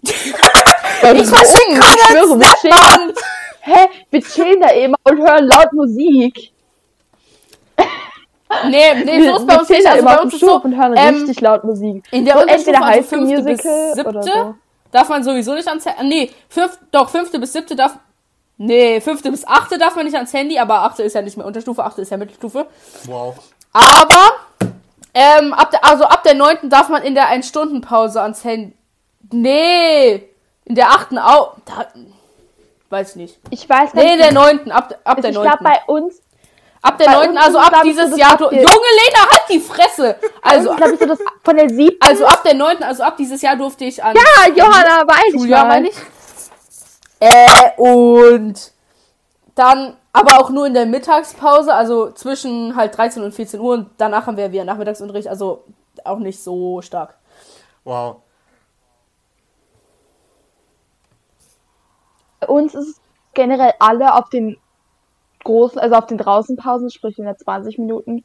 S3: Ich muss ja
S2: ich schwöre,
S3: gerade
S2: wir
S3: jetzt
S2: chillen,
S3: machen.
S2: hä, wir chillen da eben und hören laut Musik.
S3: Nee, nee, so
S2: wir
S3: ist bei uns
S2: chillen
S3: nicht.
S2: da
S3: Also
S2: eben
S3: bei
S2: auf dem
S3: uns ist so,
S2: Schulhof und hören
S3: ähm,
S2: richtig laut Musik.
S3: in der
S2: so
S3: Unterstufe,
S2: entweder High
S3: also
S2: School
S3: fünfte bis
S2: Musical oder so.
S3: siebte, darf man sowieso nicht ans Handy. Nee, fünf, doch, fünfte bis siebte darf. Nee, fünfte bis achte darf man nicht ans Handy, aber achte ist ja nicht mehr Unterstufe, achte ist ja Mittelstufe.
S1: Wow.
S3: Aber, ähm, ab der, also ab der neunten darf man in der Ein-Stunden-Pause ans Handy. Nee, in der achten auch. Da, weiß nicht.
S2: Ich weiß gar
S3: Nee, in
S2: nicht.
S3: der neunten, ab, ab
S2: also
S3: der
S2: ich glaube,
S3: neunten.
S2: bei uns
S3: Ab der
S2: bei
S3: neunten,
S2: uns
S3: also
S2: ist es,
S3: ab
S2: glaub ich, so
S3: dieses
S2: das
S3: Jahr. Du,
S2: Ab-
S3: Junge Lena, halt die Fresse! Also,
S2: Also, glaube ich, so das
S3: [LAUGHS]
S2: von der siebten.
S3: also ab der neunten, also ab dieses Jahr durfte ich an.
S2: ja, Johanna, weiß
S3: Schuljahr,
S2: ich
S3: meine
S2: mal.
S3: ich. Äh, und dann aber auch nur in der Mittagspause, also zwischen halt 13 und 14 Uhr und danach haben wir wieder Nachmittagsunterricht, also auch nicht so stark.
S1: Wow.
S2: Bei uns ist es generell alle auf den großen, also auf den Draußenpausen, sprich in der 20 Minuten.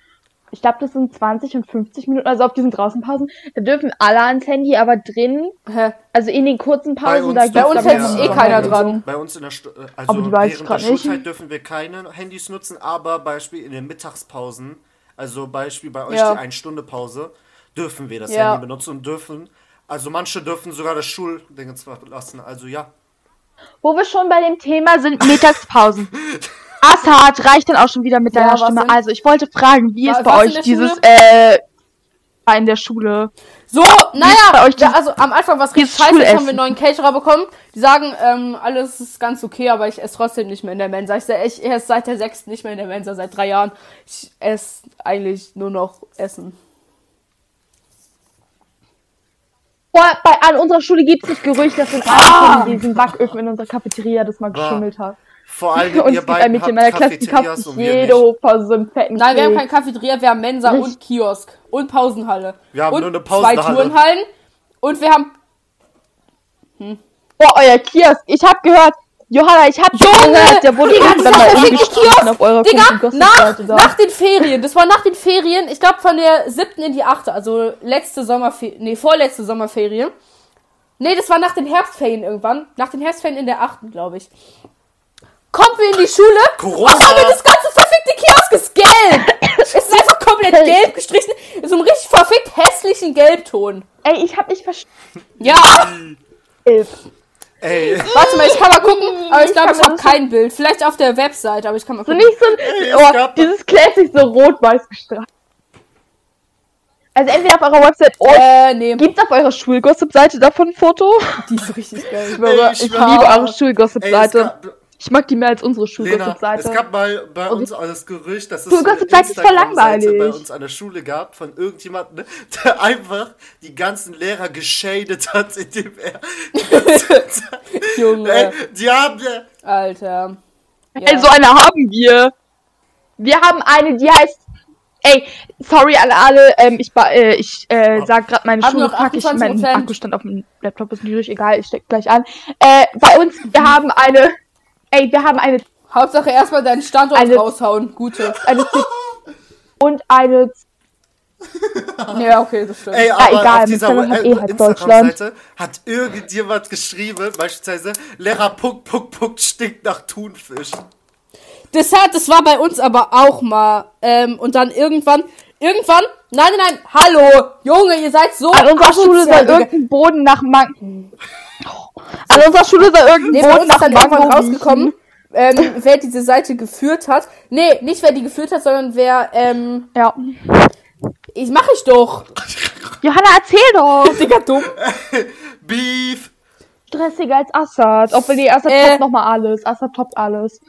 S2: Ich glaube, das sind 20 und 50 Minuten, also auf diesen Draußenpausen. Da dürfen alle ans Handy, aber drin,
S3: Hä?
S2: also in den kurzen Pausen, da
S1: dürfen
S2: gibt's
S3: bei uns
S2: dann
S3: hält
S2: wieder-
S3: sich eh keiner dran.
S1: Bei uns in der Stu äh, also
S2: Aber die weiß ich
S1: während der
S2: grad nicht.
S1: Schulzeit dürfen wir keine Handys nutzen, aber Beispiel in den Mittagspausen, also Beispiel bei euch
S3: Ja.
S1: die 1-Stunde-Pause, dürfen wir das
S3: Ja.
S1: Handy benutzen und dürfen. Also manche dürfen sogar das Schulding verlassen. Also ja.
S2: Wo wir schon bei dem Thema sind,
S1: [LAUGHS]
S2: Mittagspausen. Assad reicht dann auch schon wieder mit
S3: Ja,
S2: deiner
S3: was
S2: Stimme.
S3: denn?
S2: Also ich wollte fragen, wie
S3: Wa-
S2: ist
S3: was
S2: bei
S3: in
S2: euch
S3: der
S2: dieses,
S3: Schule?
S2: äh, war in der Schule?
S3: So, naja,
S2: bei euch
S3: ja,
S2: dieses-
S3: also am Anfang war es richtig
S2: dieses
S3: scheiße, jetzt haben wir
S2: Schulessen?
S3: einen neuen Caterer bekommen. Die sagen, ähm, alles ist ganz okay, aber ich esse trotzdem nicht mehr in der Mensa. Ich, se- ich esse seit der sechsten nicht mehr in der Mensa, seit drei Jahren. Ich esse eigentlich nur noch Essen.
S2: Boah, bei, an unserer Schule gibt es das Gerücht, dass in einer von diesen Backöfen in unserer Cafeteria das mal geschimmelt hat.
S1: Vor
S2: [LAUGHS]
S1: allem
S2: Und
S1: ihr
S2: es gibt ein
S1: beiden
S2: Mädchen in
S1: habt
S2: meiner Klasse, die kauft
S1: Cafeterias
S2: sich
S1: und wir
S2: jede
S1: nicht.
S2: Hose so einen fetten
S3: Nein, wir haben
S2: Keks.
S3: keine Cafeteria, wir haben Mensa
S2: Richtig.
S3: und Kiosk und Pausenhalle.
S1: Wir haben
S3: und
S1: nur eine
S3: Zwei
S1: Pausenhalle.
S3: Turnhallen und wir haben.
S2: Boah, euer Kiosk. Ich hab gehört, Johanna, ich hab gehört, der wurde
S3: Digga,
S2: irgendwann
S3: dieser
S2: mal
S3: verfickte
S2: umgestoßen auf eurer komischen
S3: Digga, nach,
S2: Gossip-Seite da.
S3: nach den Ferien. Das war nach den Ferien, ich glaube von der siebten in die achte, also letzte Sommerferien, nee, vorletzte Sommerferien. Nee, das war nach den Herbstferien irgendwann. Nach den Herbstferien in der achten, glaube ich. Kommen wir in die Schule.
S2: [LAUGHS]
S1: Corona.
S3: Auf einmal das ganze verfickte Kiosk ist gelb. es ist einfach komplett gelb gestrichen. In so einem richtig verfickt hässlichen Gelbton.
S2: Ey, ich hab nicht verstanden.
S3: Ja,
S1: Ey,
S3: warte mal, ich kann mal
S2: [LAUGHS]
S3: gucken. Aber ich glaube,
S2: kann
S3: ich
S2: mir
S3: habe
S2: das
S3: kein Bild. Vielleicht auf der Webseite, aber ich kann mal
S2: So
S3: gucken.
S2: nicht so
S1: [LAUGHS] Ey, es
S2: oh,
S1: gab-
S2: dieses Classic so rot-weiß gestrahlt. Also entweder auf eurer Website oder
S3: Äh, nee.
S2: gibt's auf eurer Schulgossip-Seite davon ein Foto?
S1: [LAUGHS]
S3: Die
S2: [LAUGHS]
S3: ist richtig geil.
S1: Ey,
S2: ich
S1: ich schwör.
S2: liebe eure
S1: ey es
S2: Schulgossip-Seite.
S1: gab,
S2: Ich mag die mehr als unsere
S1: Lena, es
S2: Schulgossip-Seite.
S1: gab mal bei
S2: Und
S1: uns auch das Gerücht, dass es
S2: Du,
S1: so
S2: Gott
S1: eine
S2: sei Dank, ist voll
S1: Instagram-Seite bei
S2: langweilig.
S1: uns an der Schule gab von irgendjemandem, ne, [LAUGHS] der einfach die ganzen Lehrer geschadet hat, indem er
S3: Junge.
S1: Ey, die haben äh,
S3: Alter. Ja.
S2: Ey, so eine haben wir. Wir haben eine, die heißt. Ey, sorry an alle. Ähm, ich ba- äh, ich äh, sag grad meine
S3: Haben wir
S2: Schule
S3: noch
S2: pack ich
S3: 28%?
S2: mein Akku stand auf dem Laptop ist niedrig, egal, ich steck gleich an. Äh, bei uns wir haben eine ey, wir haben eine
S3: Hauptsache erstmal deinen Standort
S2: Eine-
S3: raushauen. Gute.
S2: eine C und eine
S3: Ja, okay, das stimmt.
S1: ey, aber
S2: egal,
S1: auf dieser
S2: Instagram hat
S1: äh,
S2: eh halt
S1: Instagram-Seite hat irgendjemand geschrieben, beispielsweise Lehrer Puck Puck Puck stinkt nach Thunfisch.
S3: Das hat, das war bei uns aber auch mal. Ähm, und dann irgendwann, irgendwann, nein, nein, nein, hallo, Junge, ihr seid so.
S2: an unserer Schule
S3: asozial,
S2: soll
S3: Digga.
S2: irgendein Boden nach Mango. An unserer Schule soll irgendein
S3: Nee, bei
S2: Boden
S3: uns ist
S2: nach
S3: dann irgendwann
S2: Mango riechen.
S3: rausgekommen, ähm, wer diese Seite geführt hat. Nee, nicht wer die geführt hat, sondern wer, ähm,
S2: Ja.
S3: ich mache ich doch.
S2: Johanna, erzähl doch.
S3: Digga, dumm.
S1: Beef!
S2: stressiger als Assad. Obwohl, nee, Assad
S3: Äh.
S2: toppt nochmal alles. Assad toppt alles.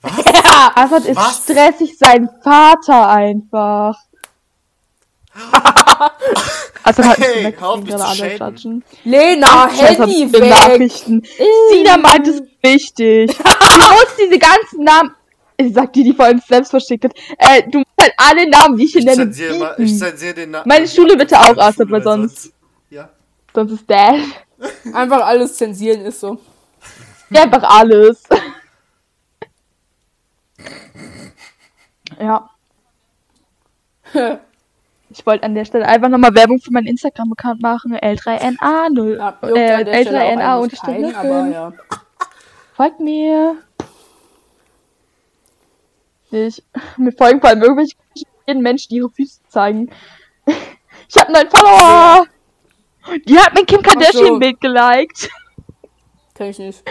S2: [LAUGHS] Assad ist
S1: Was?
S2: stressig sein Vater einfach. Assad hat
S1: Hey,
S2: nicht
S1: hör auf, mich zu
S2: alle
S1: schämen.
S2: judgen.
S3: Lena,
S2: Scheiß auf
S3: Oh, Handy
S2: die
S3: weg.
S2: Nachrichten. Sina meint es ist wichtig. Du musst diese ganzen Namen. Ich sag die, die vorhin Snaps verschickt hat. Äh, du musst halt alle Namen, die ich hier
S1: Ich
S2: nenne,
S1: zensiere mal- ich
S2: bieten.
S1: zensiere den Na
S2: Meine Schule bitte auch,
S1: Schule
S2: Assad, weil sonst.
S1: Ja.
S2: sonst ist Dad.
S3: Einfach alles zensieren ist so.
S2: Ja, einfach alles.
S3: [LAUGHS]
S2: ja. Ich wollte an der Stelle einfach nochmal Werbung für mein Instagram bekannt machen. L3NA0.
S3: Ja, juckt
S2: äh,
S3: an der Stelle auch
S2: L3NA
S3: eigentlich keinen,
S2: unterstrich
S3: aber ja.
S2: Folgt mir. Ich, mir folgen vor allem irgendwelche Menschen, die ihre Füße zeigen. [LAUGHS] Ich hab einen neuen Follower! Die hat mir Kim
S3: Ach so.
S2: Kardashian-Bild geliked.
S3: Kenn ich nicht.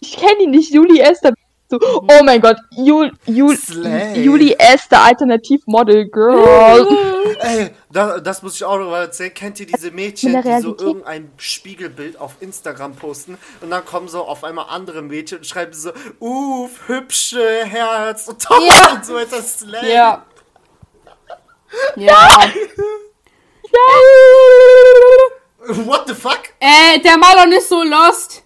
S2: Ich kenne ihn nicht, Julie Esther. So, oh mein Gott, Jul, Jul,
S1: Slay.
S2: Julie Esther, Alternativmodel, Girl.
S1: Ey, da, das muss ich auch noch mal erzählen. Kennt ihr diese Mädchen,
S2: In der
S1: die so
S2: Realität-
S1: irgendein Spiegelbild auf Instagram posten und dann kommen so auf einmal andere Mädchen und schreiben so, uff, hübsche Herz und Tom
S3: Ja.
S1: [LAUGHS] und so weiter. Slay.
S3: Ja. Ja.
S1: What the fuck?
S3: Äh, der Marlon ist so lost.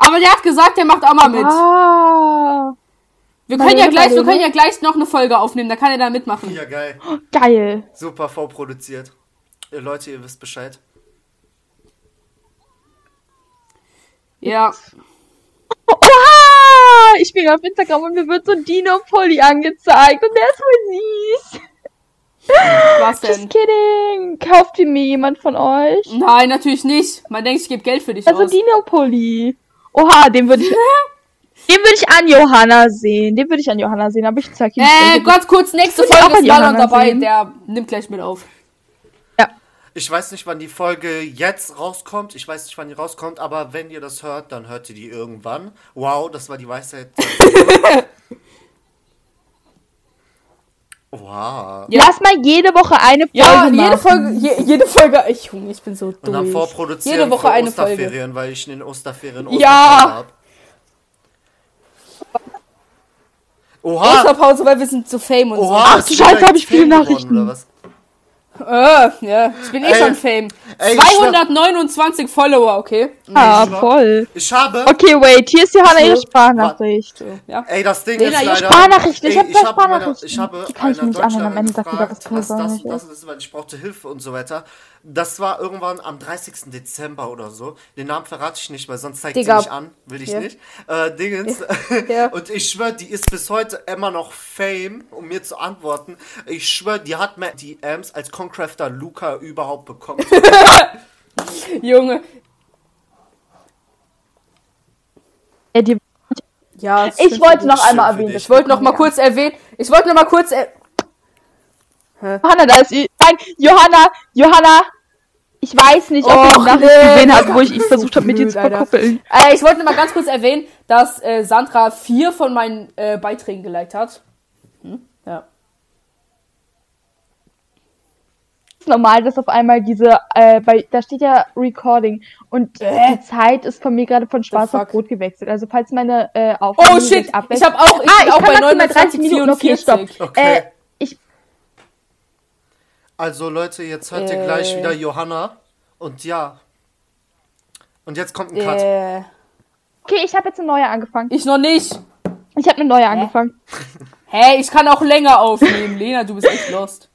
S3: Aber der hat gesagt, der macht auch mal mit.
S2: ah,
S3: Wir können ja
S2: Marlene,
S3: gleich, wir
S2: Marlene.
S3: können ja gleich noch eine Folge aufnehmen, da kann er da mitmachen.
S1: Ja, geil.
S2: geil.
S1: Super vorproduziert. Ihr Leute, ihr wisst Bescheid.
S3: Ja.
S2: Oha! Ich bin auf Instagram und mir wird so ein Dino-Pulli angezeigt und der ist voll süß.
S3: Was denn?
S2: Just kidding. Kauft ihn mir jemand von euch?
S3: Nein, natürlich nicht. Man denkt, ich gebe Geld für dich
S2: Also
S3: aus.
S2: Dino-Pulli. Oha, den würde ich...
S3: [LAUGHS]
S2: Den würde ich an Johanna sehen. Den würde ich an Johanna sehen, aber ich zeig ihm
S3: Äh,
S2: den.
S3: Gott, kurz, nächste
S2: Ich will
S3: Folge
S2: auch
S3: ist
S2: die
S3: Marlon
S2: anderen
S3: dabei.
S2: sehen.
S3: Der nimmt gleich mit auf.
S1: Ich weiß nicht, wann die Folge jetzt rauskommt. Ich weiß nicht, wann die rauskommt, aber wenn ihr das hört, dann hört ihr die irgendwann. Wow, das war die
S2: [LAUGHS]
S1: Weisheit. wow.
S2: Lass mal jede Woche eine Folge
S3: Ja,
S2: machen.
S3: jede Folge, je, jede Folge. Ich, Junge, ich bin so
S1: Und dann
S3: dumm.
S1: vorproduzieren
S3: Jede Woche
S1: für
S3: eine
S1: Osterferien,
S3: Folge.
S1: weil ich in den Osterferien
S3: Ja.
S1: Osterpause hab. Oha!
S3: Osterpause, weil wir sind zu fame und
S1: Ah. Oha!
S2: Ach,
S1: ist
S2: Scheiße,
S1: wieder
S2: hab ich viele
S1: Fame geworden,
S2: Nachrichten.
S1: oder was?
S3: so. Äh, ja, ich bin eh
S1: Ey.
S3: schon fame.
S1: Ey, ich schwör-
S3: 229 Follower, okay?
S2: Ah,
S1: Nee,
S2: voll.
S1: Ich habe.
S2: Okay, wait, hier ist Johanna ihre
S1: Warte.
S2: Sprachnachricht.
S3: Ja.
S1: Ey, das Ding
S3: Lena,
S1: ist
S3: ihr
S1: leider...
S2: Sprachnachricht, ich
S1: Ey,
S2: hab zwei
S1: hab meiner-
S2: Sprachnachrichten.
S1: Ich habe
S2: Die kann ich
S1: einer
S2: mir nicht anhören, am
S1: Deutschlerin
S2: Ende sagt wieder, was
S1: gefragt, was
S2: Köln
S1: das
S2: ist.
S1: und das ist, weil ich brauchte Hilfe und so weiter. Das war irgendwann am 30. Dezember oder so. Den Namen verrate ich nicht, weil sonst zeigt
S3: Digga.
S1: sie mich an. Will ich
S3: Ja.
S1: nicht. Äh, Dingens.
S3: Ja.
S1: Und ich schwöre, die ist bis heute immer noch Fame, um mir zu antworten. Ich schwöre, die hat mehr DMs als Concrafter Luca überhaupt bekommen.
S3: Junge.
S2: Ja, Äh, die,
S3: Ja, das
S2: ich
S3: stimmt.
S2: wollte noch
S1: Schön
S2: einmal
S1: für
S2: erwähnen.
S1: dich.
S3: Ich wollte noch mal kurz erwähnen. Ich wollte noch mal kurz. Er
S2: Johanna, da ist. i- Nein, Johanna, Johanna. Ich weiß nicht, ob
S3: Och,
S2: ihr die Nachricht
S3: nee,
S2: gesehen habt,
S3: Alter,
S2: wo ich ihn
S3: so
S2: versucht habe, mit dir
S3: blöd,
S2: zu
S3: Alter.
S2: verkuppeln.
S3: äh, ich wollte noch mal ganz kurz erwähnen, dass äh, Sandra vier von meinen äh, Beiträgen geliked hat. Hm? Ja.
S2: Es ist normal, dass auf einmal diese, äh, bei, da steht ja Recording und
S3: Äh.
S2: die Zeit ist von mir gerade von schwarz auf
S3: fuck?
S2: rot gewechselt. Also falls meine äh, Aufnahme
S3: Oh shit!
S2: jetzt abwächst-
S3: Ich habe auch. Ich
S2: ah,
S3: bin
S2: ich
S3: auch
S2: kann
S3: bei
S2: maximal 30
S3: 29,
S2: Minuten. Okay,
S3: 44.
S2: stopp.
S1: Okay.
S2: Äh, ich
S1: Also Leute, jetzt hört ihr
S3: Äh.
S1: gleich wieder Johanna. Und ja. Und jetzt kommt ein Cut.
S3: Äh,
S2: Okay, ich habe jetzt eine neue angefangen.
S3: ich noch nicht.
S2: Ich habe eine neue angefangen.
S3: Hey, ich kann auch länger
S2: [LAUGHS]
S3: aufnehmen. Lena, du bist echt lost.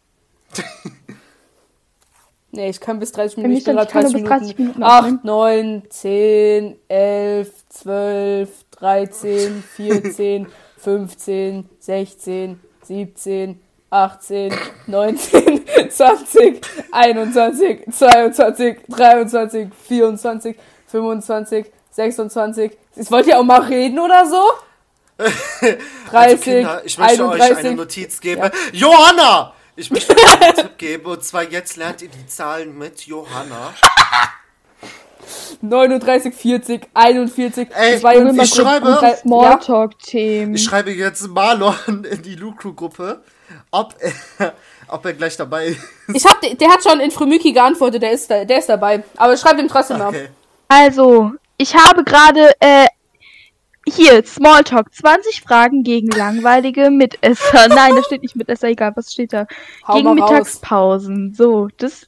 S3: Nee, ich kann bis 30 Minuten. Ich
S2: mich
S3: bin
S2: dann-
S3: gerade
S2: ich kann
S3: 30
S2: nur
S3: Minuten.
S2: bis 30 Minuten
S3: 8, 9, 10, 11, 12, 13,
S2: [LAUGHS]
S3: 14, 15, 16, 17, 18, [LAUGHS] 19, 20, 21, 22, 23, 24, 25, 26. Ich wollte ja auch mal reden oder so. 30,
S1: also Kinder, ich möchte
S3: 31.
S1: euch eine Notiz geben. Johanna! Ich möchte euch einen Tipp geben. Und zwar jetzt lernt ihr die Zahlen mit Johanna.
S3: 39, 40, 41,
S1: Ey,
S2: Immer
S3: 42.
S1: ich schreibe-
S2: und drei
S3: ja,
S2: Smalltalk-Themen.
S1: Ich schreibe jetzt Marlon in die Lucru-Gruppe, ob, er- ob er gleich dabei ist.
S3: ich hab, der hat schon in Frömyki geantwortet, der ist, da, der ist dabei. Aber schreibt ihm trotzdem ab.
S1: [LAUGHS] Okay.
S2: Also, ich habe gerade äh, hier Smalltalk 20 Fragen gegen langweilige Mitesser. [LAUGHS] Nein, das steht nicht Mitesser, egal, was steht da?
S3: Hau
S2: gegen
S3: mal
S2: Mittagspausen. So, das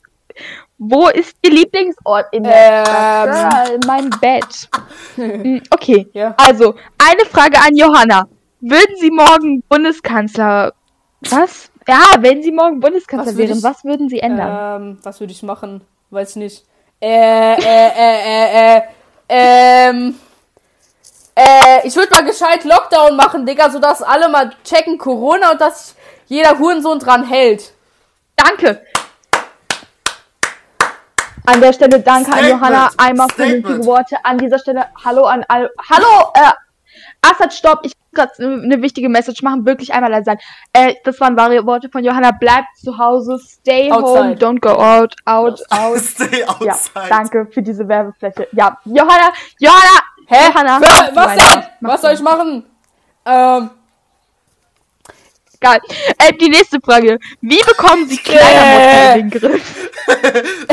S2: Wo ist ihr Lieblingsort in der
S3: Ähm.
S2: Stadt? Ja, mein
S3: [LAUGHS]
S2: Bett. Hm, okay.
S3: Ja.
S2: Also, eine Frage an Johanna. Würden Sie morgen Bundeskanzler Was? Ja, wenn Sie morgen Bundeskanzler
S3: Was würd
S2: wären,
S3: ich- Äh,
S2: was würden Sie ändern?
S3: Ähm, was würde ich machen? Weiß ich nicht. Äh, äh, äh, äh, äh, ähm. Äh, ich würde mal gescheit Lockdown machen, Digga, sodass alle mal checken Corona und dass jeder Hurensohn dran hält.
S2: Danke. An der Stelle danke an
S1: Statement.
S2: Johanna einmal für die
S1: Statement.
S2: wichtigen Worte. An dieser Stelle hallo an all. Hallo, äh, Assad, stopp. Ich muss gerade eine wichtige Message machen. Wirklich einmal leise sein. Äh, das waren wahre Worte von Johanna. Bleibt zu Hause. Stay home.
S3: Outside.
S2: Don't go out. Out, out.
S1: Stay
S2: Ja,
S1: outside.
S2: danke für diese Werbefläche. Ja, Johanna, Johanna,
S3: Hä?
S2: Johanna.
S3: Wa-
S2: mach
S3: was
S2: du
S3: denn?
S2: weiter. Mach
S3: Was
S2: du
S3: soll ich machen? Ähm,
S2: Egal. Äh, die nächste Frage. Wie bekommen
S3: Äh.
S2: Sie Kleidermuster in den Griff?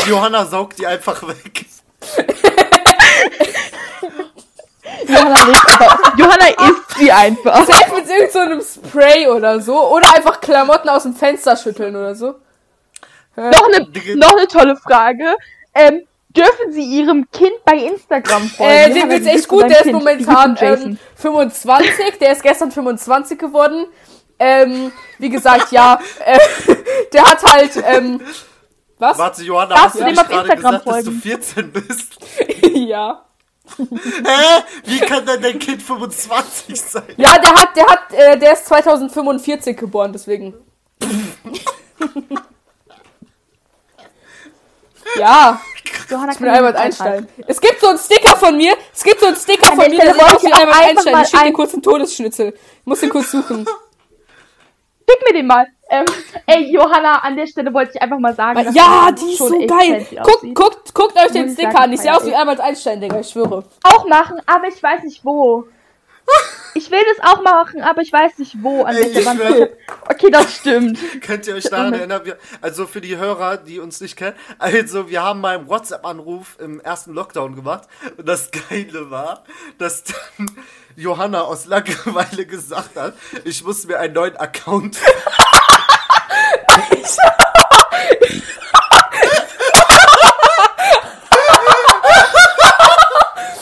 S1: Johanna saugt die einfach
S2: [LAUGHS]
S1: weg.
S2: Johanna nicht, aber Johanna isst sie einfach.
S3: vielleicht mit irgendeinem so einem Spray oder so. Oder einfach Klamotten aus dem Fenster schütteln oder so.
S2: Oh, Noch eine, noch eine tolle Frage. Ähm, dürfen Sie Ihrem Kind bei Instagram folgen?
S3: Äh,
S2: Johanna,
S3: dem geht's
S2: wie
S3: echt
S2: bist du
S3: gut.
S2: deinem
S3: Der ist
S2: Kind?
S3: momentan
S2: Wie bist du
S3: ähm, 25. Der ist gestern 25 geworden. Ähm, wie gesagt, ja. Äh, [LAUGHS] der hat halt. Ähm, was?
S1: Warte, Johanna,
S2: Darfst
S1: hast
S2: du
S1: du
S2: dem
S1: nicht
S2: auf
S1: gerade
S2: Instagram
S1: gesagt, dass du
S2: folgen?
S1: 14 bist?
S3: [LAUGHS]
S1: [LAUGHS]
S3: ja.
S1: Hä? Wie kann denn dein Kind 25
S2: [LAUGHS]
S1: sein?
S3: Ja, der hat, der hat, äh, der ist 2045 geboren, deswegen. ja,
S2: Johanna
S3: ich bin Albert Einstein. Es gibt so einen Sticker von mir. Es gibt so einen Sticker
S2: An
S3: von
S2: der
S3: mir,
S2: Stelle
S3: der sieht
S2: wollte
S3: aus wie
S2: ich auch
S3: Albert
S2: einfach
S3: Einstein.
S2: mal
S3: Ich schicke dir
S2: ein-
S3: kurz einen Todesschnitzel. Muss den
S2: [LAUGHS]
S3: kurz suchen.
S2: Schick mir den mal. Ähm, ey, Johanna, an der Stelle wollte ich einfach mal sagen.
S3: Weil,
S2: dass
S3: ja,
S2: das
S3: die ist
S2: schon
S3: so
S2: echt
S3: geil.
S2: fancy aussieht.
S3: Guckt, guckt, guckt euch den
S2: Muss ich
S3: Sticker
S2: sagen,
S3: an. Ich sehe aus wie
S2: feier
S3: Albert Einstein, Digga. Ich schwöre.
S2: auch machen, aber ich weiß nicht
S3: [LAUGHS]
S2: wo. Ich will das auch machen, aber ich weiß nicht wo. An
S1: Ey,
S2: welcher
S1: ich
S2: Wand.
S1: schwör.
S2: Okay, das stimmt.
S1: Könnt ihr euch daran erinnern? Wir, also für die Hörer, die uns nicht kennen, also wir haben mal einen WhatsApp-Anruf im ersten Lockdown gemacht und das Geile war, dass dann [LAUGHS] Johanna aus Langeweile gesagt hat, ich muss mir einen neuen Account.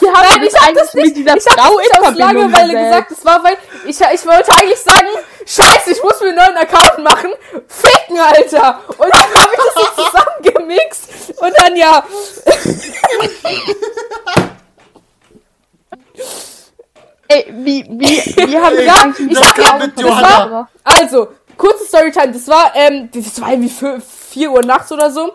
S2: Wir haben
S3: Nein,
S2: das
S3: ich hab das
S2: eigentlich mit
S3: nicht.
S2: dieser
S3: Ich hab
S2: Frau
S3: nicht
S2: in
S3: aus
S2: Verbindung
S3: Langeweile
S2: gesetzt.
S3: gesagt. Das war, weil ich, ich wollte eigentlich sagen, scheiße, ich muss mir einen neuen Account machen. Ficken, Alter. Und dann habe
S2: [LAUGHS]
S3: ich das so zusammengemixt. Und dann ja.
S2: Ey, wie, wie, wie haben wir
S1: Ja,
S2: eigentlich
S1: das
S2: mit
S1: klappt mit
S2: Frauen
S1: Johanna.
S2: verbracht?
S3: Also, kurze Storytime. Das war, ähm, das war irgendwie fü- 4 Uhr nachts oder so.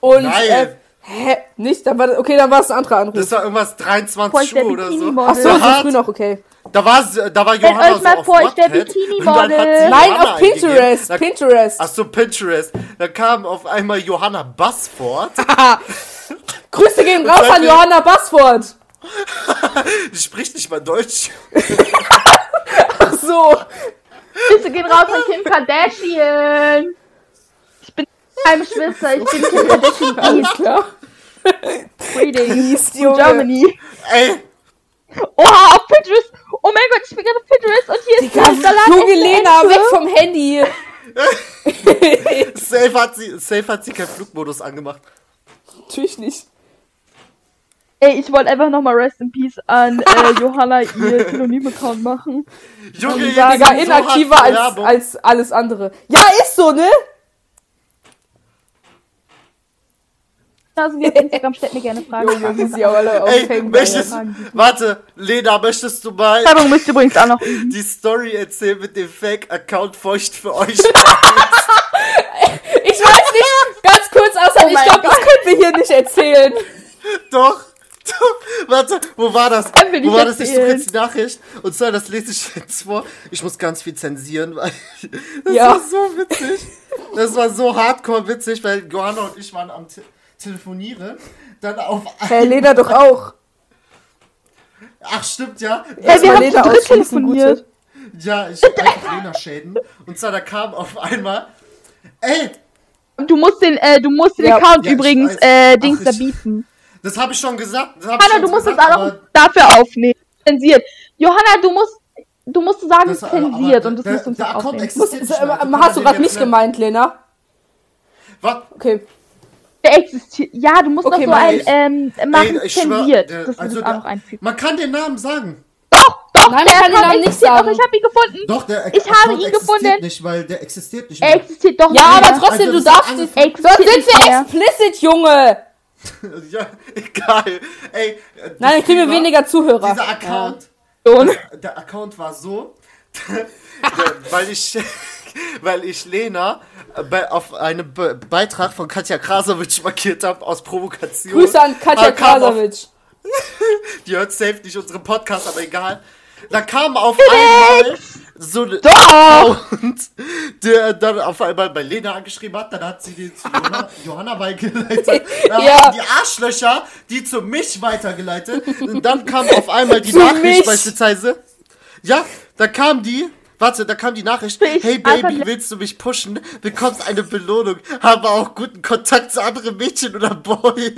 S3: Und,
S1: Nein.
S3: Äh, hä? Nicht? Dann war, okay, dann war es ein anderer Anruf.
S1: Das war irgendwas
S2: Voll
S1: 23
S2: der
S1: Uhr oder so.
S2: Bikini-Model.
S3: Ach so, so
S1: Hart.
S3: früh noch, okay.
S1: Da war da war
S2: Stellt
S1: Johanna
S2: euch mal
S1: so auf
S2: vor, ich wär
S1: Wattpad
S2: Bikini-Model.
S1: und dann hat sie
S3: Nein,
S1: Johanna
S3: auf
S1: eingegeben.
S3: Pinterest.
S1: Da,
S3: Pinterest.
S1: ach so, Pinterest. Da kam auf einmal Johanna Bassford.
S3: Grüße gehen raus an Johanna Basford.
S1: Die spricht nicht mal Deutsch.
S3: So.
S2: Grüße gehen raus an Kim Kardashian. Ich bin keine Schwester, ich bin Kim Kardashian
S3: Alles klar.
S2: Breeding
S3: East,
S2: Germany.
S1: Ey,
S2: Oha, auf Pinterest. Oh mein Gott, ich bin gerade auf Pinterest und hier ist der Salat.
S3: Junge
S2: echte
S3: Lena,
S2: Ente.
S3: weg vom Handy. [LAUGHS]
S1: safe hat sie, safe hat sie keinen Flugmodus angemacht.
S3: Natürlich nicht.
S2: Ey, ich wollte einfach nochmal Rest in Peace an
S3: [LAUGHS]
S2: äh, Johanna ihr Synonym-Account machen.
S1: Junge,
S2: Ja,
S1: ihr
S3: Digga,
S1: seid so
S3: inaktiver
S1: hart
S3: als,
S1: Werbung.
S3: als alles andere. Ja, ist
S1: [LAUGHS]
S3: so, ne?
S2: Also auf Instagram stellt mir gerne
S3: Junge,
S2: Fragen.
S3: wie sie auch alle
S1: Ey,
S3: aufhängen.
S1: möchtest,
S3: Alter.
S2: Fragen.
S1: warte, Lena, möchtest du mal
S2: Werbung müsst ihr übrigens auch noch üben.
S1: die Story erzählen mit dem Fake-Account feucht für euch?
S3: Ich weiß nicht, ganz kurz, außer
S2: Oh
S3: ich
S2: mein
S3: glaube, das können wir hier nicht erzählen.
S1: Doch. [LAUGHS] doch. Warte, wo war das?
S2: Können wir
S1: Wo
S2: nicht
S1: war das? Ich suche
S2: erzählen.
S1: jetzt die Nachricht. Und zwar, das lese ich jetzt vor. Ich muss ganz viel zensieren, weil [LAUGHS] das
S3: Ja.
S1: war so witzig. Das war so hardcore witzig, weil Johanna und ich waren am Te Telefonieren. Dann auf.
S2: Äh,
S3: Hey, Lena doch auch.
S1: Ach, stimmt, ja.
S2: Ey, wir
S3: mal
S2: haben
S3: Lena
S2: zu dritt
S3: ausschließen,
S2: telefoniert.
S3: Gute.
S1: Ja, ich hab einfach Lena schäden. Und zwar, da kam auf einmal. Ey,
S2: Du musst den, äh, du musst den
S3: Ja.
S2: Account
S1: Ja, ich
S2: übrigens,
S1: weiß.
S2: äh, Dings
S1: Ach,
S2: da
S1: ich-
S2: bieten.
S1: das habe ich schon gesagt. Das hab ich
S2: Johanna,
S1: schon
S2: du musst es
S1: gesagt,
S2: auch
S1: aber-
S2: noch dafür aufnehmen. Zensiert. Johanna, du musst, du musst sagen,
S1: Das- aber-
S2: zensiert und das
S1: der-
S2: musst du uns
S1: der
S2: auch
S1: Account
S2: aufnehmen.
S1: existiert nicht mehr. Da kann
S3: Hast du
S1: man
S3: gerade
S1: den
S3: mich
S1: jetzt-
S3: gemeint, Lena?
S1: Was?
S3: Okay.
S2: Der existiert. Ja, du musst
S3: Okay,
S2: noch so
S3: mach
S2: ein,
S1: ich.
S2: ähm, machen,
S1: Ey, ich schwör,
S2: zensiert.
S1: der-
S2: dass wir
S1: also
S2: das auch
S1: der-
S2: noch einfügen.
S1: Man kann den Namen sagen.
S2: Doch, doch,
S3: Nein,
S2: der
S3: ich kann ihn
S2: Account
S3: auch nicht
S2: existiert
S3: sagen.
S2: doch, ich habe ihn gefunden.
S1: Doch, der
S2: Ich habe
S1: Account
S2: ihn
S1: existiert
S2: gefunden.
S1: nicht, weil der existiert nicht
S2: Er
S1: mehr.
S2: existiert doch
S3: Ja,
S2: nicht
S3: aber
S2: mehr.
S3: trotzdem,
S1: Also,
S3: du
S1: das ist
S3: darfst
S1: alles-
S3: nicht.
S2: Er
S3: Sonst
S2: existiert
S3: sind
S2: nicht
S3: wir
S2: mehr.
S3: explicit, Junge.
S1: [LAUGHS] ja, egal. Ey, äh,
S3: Nein, dann kriegen wir
S1: dieser-
S3: weniger Zuhörer.
S1: Dieser Account,
S2: Und
S1: der Account war so, [LAUGHS] der, weil ich [LAUGHS] weil ich Lena äh, bei, auf einen Be Beitrag von Katja Krasowitsch markiert habe aus Provokation.
S3: Ja. Grüße an Katja
S1: Aber kam auf-
S3: Krasowitsch.
S1: Die hört safe nicht unseren Podcast, aber egal. Da kam auf einmal so eine Account, der dann auf einmal bei Lena angeschrieben hat. Dann hat sie den zu
S3: [LAUGHS]
S1: Johanna, Johanna weitergeleitet. Dann
S3: Ja.
S1: hat sie die Arschlöcher, die zu mich weitergeleitet. Und dann kam auf einmal die
S3: Zu
S1: Nachricht
S3: mich.
S1: beispielsweise. Ja, da kam die. Warte, da kam die Nachricht.
S2: Ich-
S1: hey
S2: einfach-
S1: Baby, willst du mich pushen? Bekommst eine Belohnung. Habe auch guten Kontakt zu anderen Mädchen oder Boys.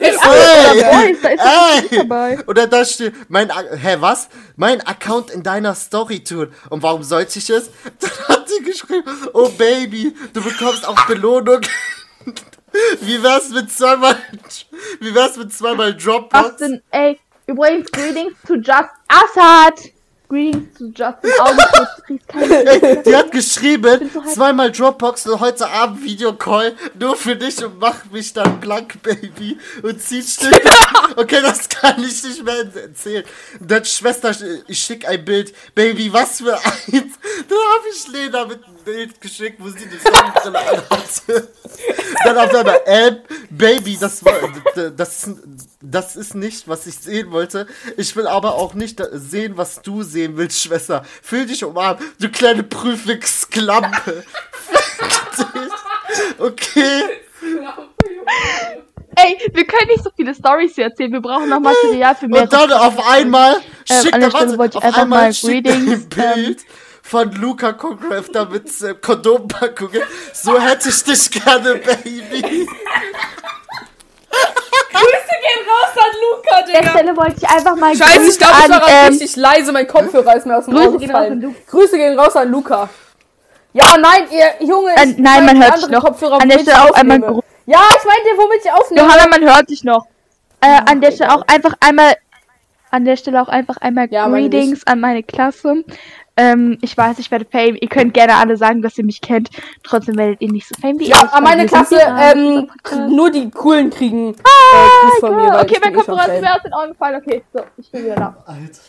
S2: ich
S1: Ey.
S2: Boys, [LAUGHS] da Oh, ist
S1: Ey.
S2: das nicht dabei.
S1: Oder da steht, mein, A- hä, was? Mein Account in deiner Story tun. Und warum sollte ich es? [LAUGHS] Dann hat sie geschrieben, oh Baby, du bekommst auch Belohnung. [LAUGHS] Wie wär's mit zweimal, [LAUGHS] wie wär's mit zweimal
S2: Was
S1: Dropbox?
S2: denn, ey? Übrigens, Greetings to Just Assad. Greetings to Justin August. Du kriegst keine
S1: Ey, die hat geschrieben,
S2: so heiß.
S1: zweimal Dropbox und heute Abend Videocall, nur für dich und mach mich dann blank, Baby. Und zieht Stück.
S2: [LAUGHS]
S1: Okay, das kann ich nicht mehr erzählen. Und dann Schwester, ich schick ein Bild. Baby, was für eins. [LAUGHS] Dann hab ich Lena mit einem Bild geschickt, wo sie die Sonnenbrille anhatte. Dann auf einmal, äh, Baby, das war, das, ist- das ist nicht, was ich sehen wollte. Ich will aber auch nicht sehen, was du sehen willst, Schwester. Fühl dich umarmt, du kleine Prüfungsklampe. Fick dich. [LAUGHS] okay.
S2: Ey, wir können nicht so viele Stories hier erzählen. Wir brauchen noch Material für mehr.
S1: Und dann auf einmal schickt
S2: Ähm, an
S1: er,
S2: der Stelle
S1: warte,
S2: wollte ich
S1: auf
S2: einfach
S1: einmal
S2: mal
S1: schickt er
S2: Greetings, ähm,
S1: ein Bild von Luca Concrafter mit äh, Kondompackungen. So hätte ich dich gerne, Baby.
S2: [LAUGHS]
S3: Grüße gehen raus an Luca,
S2: An der Stelle wollte ich einfach mal
S3: Scheiße, ich
S2: Grüße
S3: glaube, ich war
S2: an,
S3: gerade
S2: ähm,
S3: richtig leise. Mein Kopfhörer ist mir aus dem
S2: Grüße
S3: Ohr
S2: gehen raus an
S3: gefallen. Grüße gehen raus an Luca. Ja, nein, ihr Junge.
S2: An-
S3: ich
S2: Äh, nein, man
S3: meinte
S2: hört
S3: andere
S2: dich noch. An
S3: Kopfhörer,
S2: der
S3: womit ich
S2: Stelle auch
S3: aufnehme.
S2: einmal Gru-
S3: Ja, ich meinte, womit ich aufnehme.
S2: Johanna, man hört dich noch. Äh, an der Stelle auch einfach einmal, an der Stelle auch einfach einmal
S3: Ja, meine
S2: Greetings an meine Klasse. Ähm, ich weiß, ich werde Fame. Ihr könnt gerne alle sagen, dass ihr mich kennt. Trotzdem werdet ihr nicht so Fame wie
S3: Ja,
S2: ich.
S3: an
S2: weil
S3: meine
S2: wir sind
S3: Klasse,
S2: die
S3: ähm, nur die coolen kriegen. Ah, äh, Gruß von mir,
S2: Arme.
S3: weil
S2: Okay,
S3: ich
S2: mein
S3: bin nicht auf
S2: Kopfhörer ist
S3: Fan.
S2: mir aus den Ohren gefallen. Okay, so, ich bin wieder da.
S1: Alter.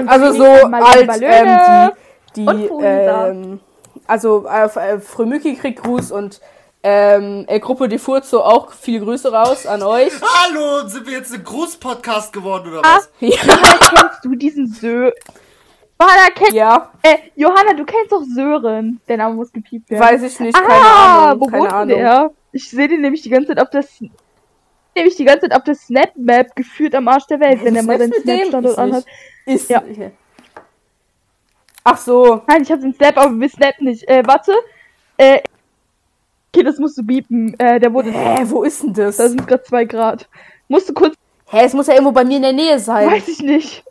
S2: Und
S3: Also so
S2: Greetings an Marlene
S3: als
S2: Ballöhne.
S3: ähm, die,
S2: und
S3: die
S2: Fusa.
S3: ähm, also auf, äh, Frömücki kriegt Gruß und ähm, äh, Gruppe Die Furzo auch viel Grüße raus an euch. [LAUGHS]
S1: Hallo, sind wir jetzt ein Grußpodcast geworden oder
S2: Ah.
S1: was?
S2: Johanna, kennst du diesen Sö... Johanna, kennst...
S3: Ja,
S2: Äh, Johanna, du kennst doch Sören. Der Name muss gepiept werden.
S3: weiß ich nicht, keine Ahnung,
S2: Ah, wo
S3: keine
S2: wohnt
S3: Ahnung.
S2: der? Ich sehe den nämlich die ganze Zeit auf der Sn- nämlich die ganze Zeit auf der Snap-Map geführt am Arsch der Welt, wenn er
S3: Was
S2: mal
S3: ist
S2: seinen
S3: mit dem?
S2: Snap-Standort
S3: Ist
S2: anhat.
S3: nicht. Ist
S2: Ja.
S3: nicht. Ach so.
S2: Nein, ich habe den Snap, aber wir Snap nicht. Äh, warte. Äh, okay, das musst du biepen. Äh, der wurde.
S3: Hä, wo ist denn das?
S2: Da sind gerade zwei Grad. Musst du kurz.
S3: Hä, es muss ja irgendwo bei mir in der Nähe sein.
S2: Weiß ich nicht.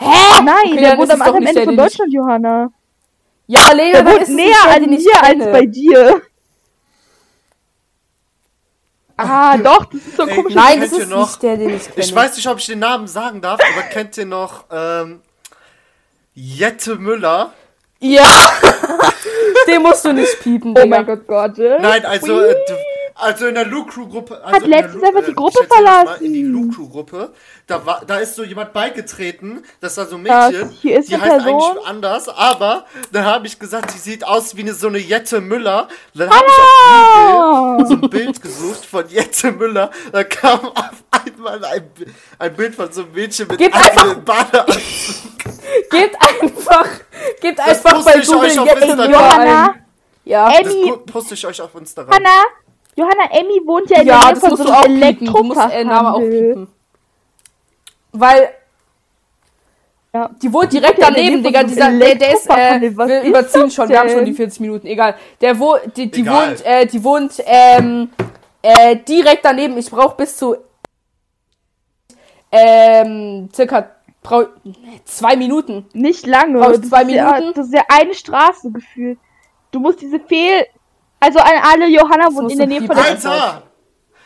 S3: Hä?
S2: Nein,
S3: Ah, Okay,
S2: der
S3: dann ist
S2: wurde
S3: es
S2: am
S3: doch
S2: anderen
S3: nicht
S2: Ende
S3: der,
S2: von
S3: den ich-
S2: Deutschland, Johanna.
S3: Ja, Lena,
S2: Der
S3: dann
S2: wohnt
S3: ist es
S2: näher
S3: der,
S2: an
S3: den ich
S2: mir als
S3: kenne.
S2: bei dir. Ah, doch, das ist so ein
S1: Ey,
S2: komischer
S3: Nein,
S1: Kennt
S3: das
S1: ihr
S3: ist
S1: noch?
S3: nicht der, den ich kenne.
S1: Ich weiß nicht, ob ich den Namen sagen darf,
S2: [LAUGHS]
S1: aber kennt ihr noch ähm, Jette Müller?
S3: Ja!
S2: [LAUGHS]
S3: den musst du nicht piepen,
S2: Oh
S3: Digga.
S2: mein Gott, Gott. äh.
S1: Nein, also, äh, du- also in der Lucru-Gruppe. Also
S2: Hat
S1: in der
S2: letztens
S1: Lu-
S2: einfach die
S1: äh,
S2: Gruppe
S1: ich schätze jetzt mal In die
S2: verlassen.
S1: Lucru-Gruppe. Da, war- da ist so jemand beigetreten. Das war so ein
S2: Das
S1: Mädchen.
S2: hier ist
S1: die
S2: eine
S1: heißt
S2: Person.
S1: eigentlich anders, aber da habe ich gesagt, die sieht aus wie eine, so eine Jette Müller. Dann habe ich auf Google so ein Bild gesucht von Jette Müller. Da kam auf einmal ein, Bi- ein Bild von so einem Mädchen mit
S3: Gebt
S1: einem Badeanzug.
S3: Gebt einfach, gebt
S1: Das
S3: einfach bei
S1: poste ich
S3: Google
S1: euch auf
S3: jetzt
S1: Instagram.
S3: Johanna.
S2: Johanna,
S3: Ja.
S1: Das
S2: Emmy.
S1: gu- poste ich euch auf Instagram.
S2: Johanna, Johanna, Emmy wohnt ja in der
S3: ja,
S2: Nähe
S3: das
S2: von
S3: musst
S2: so
S3: du auch
S2: einem
S3: piepen. Du musst den Namen auch
S2: Elektropasshandel.
S3: piepen. Weil
S2: Ja.
S3: die wohnt direkt
S2: Ja, der
S3: daneben,
S2: lebt
S3: Digga.
S2: von so
S3: Dieser,
S2: einem
S3: der, der ist, äh,
S2: Elektropasshandel. Was
S3: wir
S2: ist
S3: überziehen
S2: das
S3: schon, wir haben schon
S2: denn?
S3: die 40 Minuten, egal. Der wo, die, die
S1: Egal.
S3: wohnt, äh, die wohnt, ähm, äh, direkt daneben. Ich brauche bis zu, ähm, circa brau- zwei Minuten.
S2: Nicht lange.
S3: Brauchst
S2: das
S3: zwei
S2: ist ja-
S3: Minuten?
S2: Das ist ja eine Straße gefühlt. Du musst diese Fehl... Also an alle, Johanna wohnt
S3: musst
S2: in der
S3: du
S2: Nähe von
S3: piepen.
S2: der...
S1: Alter!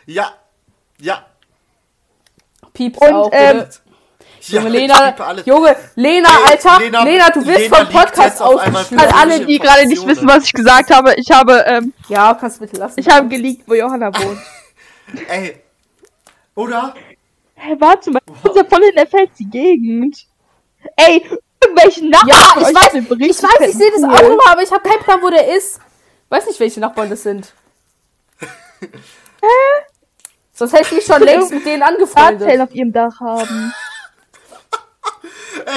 S1: Ja. Ja.
S3: Pieps
S2: Und,
S3: auch.
S2: ähm,
S3: bitte.
S1: Ja,
S3: Junge,
S1: ich liebe
S3: Lena,
S1: alles.
S3: Junge, Lena,
S1: Le-
S3: Alter,
S1: Lena-
S3: Lena, du wirst
S1: Lena
S3: vom
S1: liegt
S3: Podcast
S1: jetzt auf einmal
S3: ausgeschmissen.
S1: plötzlich.
S2: An alle, die gerade nicht wissen, was ich gesagt habe, ich habe, ähm,
S3: Ja, kannst du bitte lassen.
S2: ich habe geleakt, wo Johanna wohnt.
S1: Ey. Oder?
S2: Hey, warte mal, unser voll in der Feld die Gegend. Ey, irgendwelchen Nachbarn
S3: ja,
S2: von
S3: ich
S2: euch
S3: weiß,
S2: sind
S3: ich
S2: richtig
S3: weiß, ich sehe das
S2: cool.
S3: auch immer, aber ich habe keinen Plan, wo der ist. Weiß nicht, welche Nachbarn das sind. Sonst hätte ich mich schon längst mit denen
S2: Bartzell
S3: angefreundet.
S2: auf ihrem Dach haben.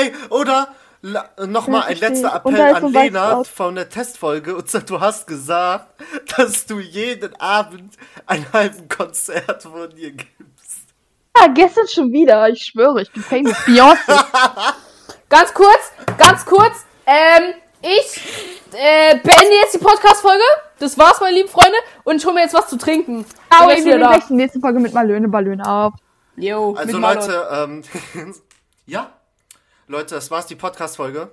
S1: Ey, oder? La- Nochmal
S2: Ja,
S1: ein
S2: verstehe
S1: letzter
S2: ich.
S1: Appell
S2: Und da ist
S1: an
S2: so ein
S1: Lena
S2: Weißbrot.
S1: von der Testfolge. Und zwar, du hast gesagt, [LAUGHS] dass du jeden Abend einen halben Konzert von dir gibst.
S2: Ah, gestern schon wieder, ich schwöre, ich bin famous. Beyoncé.
S3: Ganz kurz, ganz kurz. Ähm, ich äh, beende jetzt die Podcast-Folge. Das war's, meine lieben Freunde. Und ich hol mir jetzt was zu trinken.
S2: Ciao,
S3: Bin
S2: ihr
S3: gleich wieder
S2: Lieben,
S3: da.
S2: gleich die nächste Folge mit Marlöne Ballöne ab.
S3: Jo,
S1: Also
S3: mit Marlon.
S1: Leute, ähm, [LAUGHS] ja, Leute, das war's, die Podcast-Folge.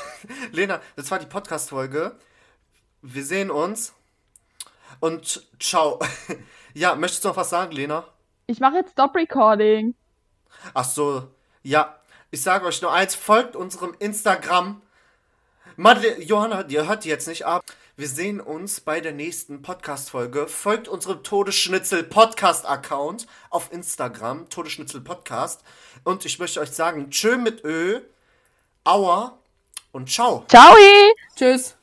S1: [LAUGHS] Lena, das war die Podcast-Folge. Wir sehen uns und ciao. [LAUGHS] ja, möchtest du noch was sagen, Lena?
S2: Ich mache jetzt Stop Recording.
S1: Ach so, ja. Ich sage euch nur eins, folgt unserem Instagram. Madele Johanna, ihr hört die jetzt nicht ab. Wir sehen uns bei der nächsten Podcast-Folge. Folgt unserem Todesschnitzel Podcast-Account auf Instagram, Todesschnitzel Podcast. Und ich möchte euch sagen, tschö mit Ö, aua und ciao.
S2: Ciao! Ey.
S3: Tschüss.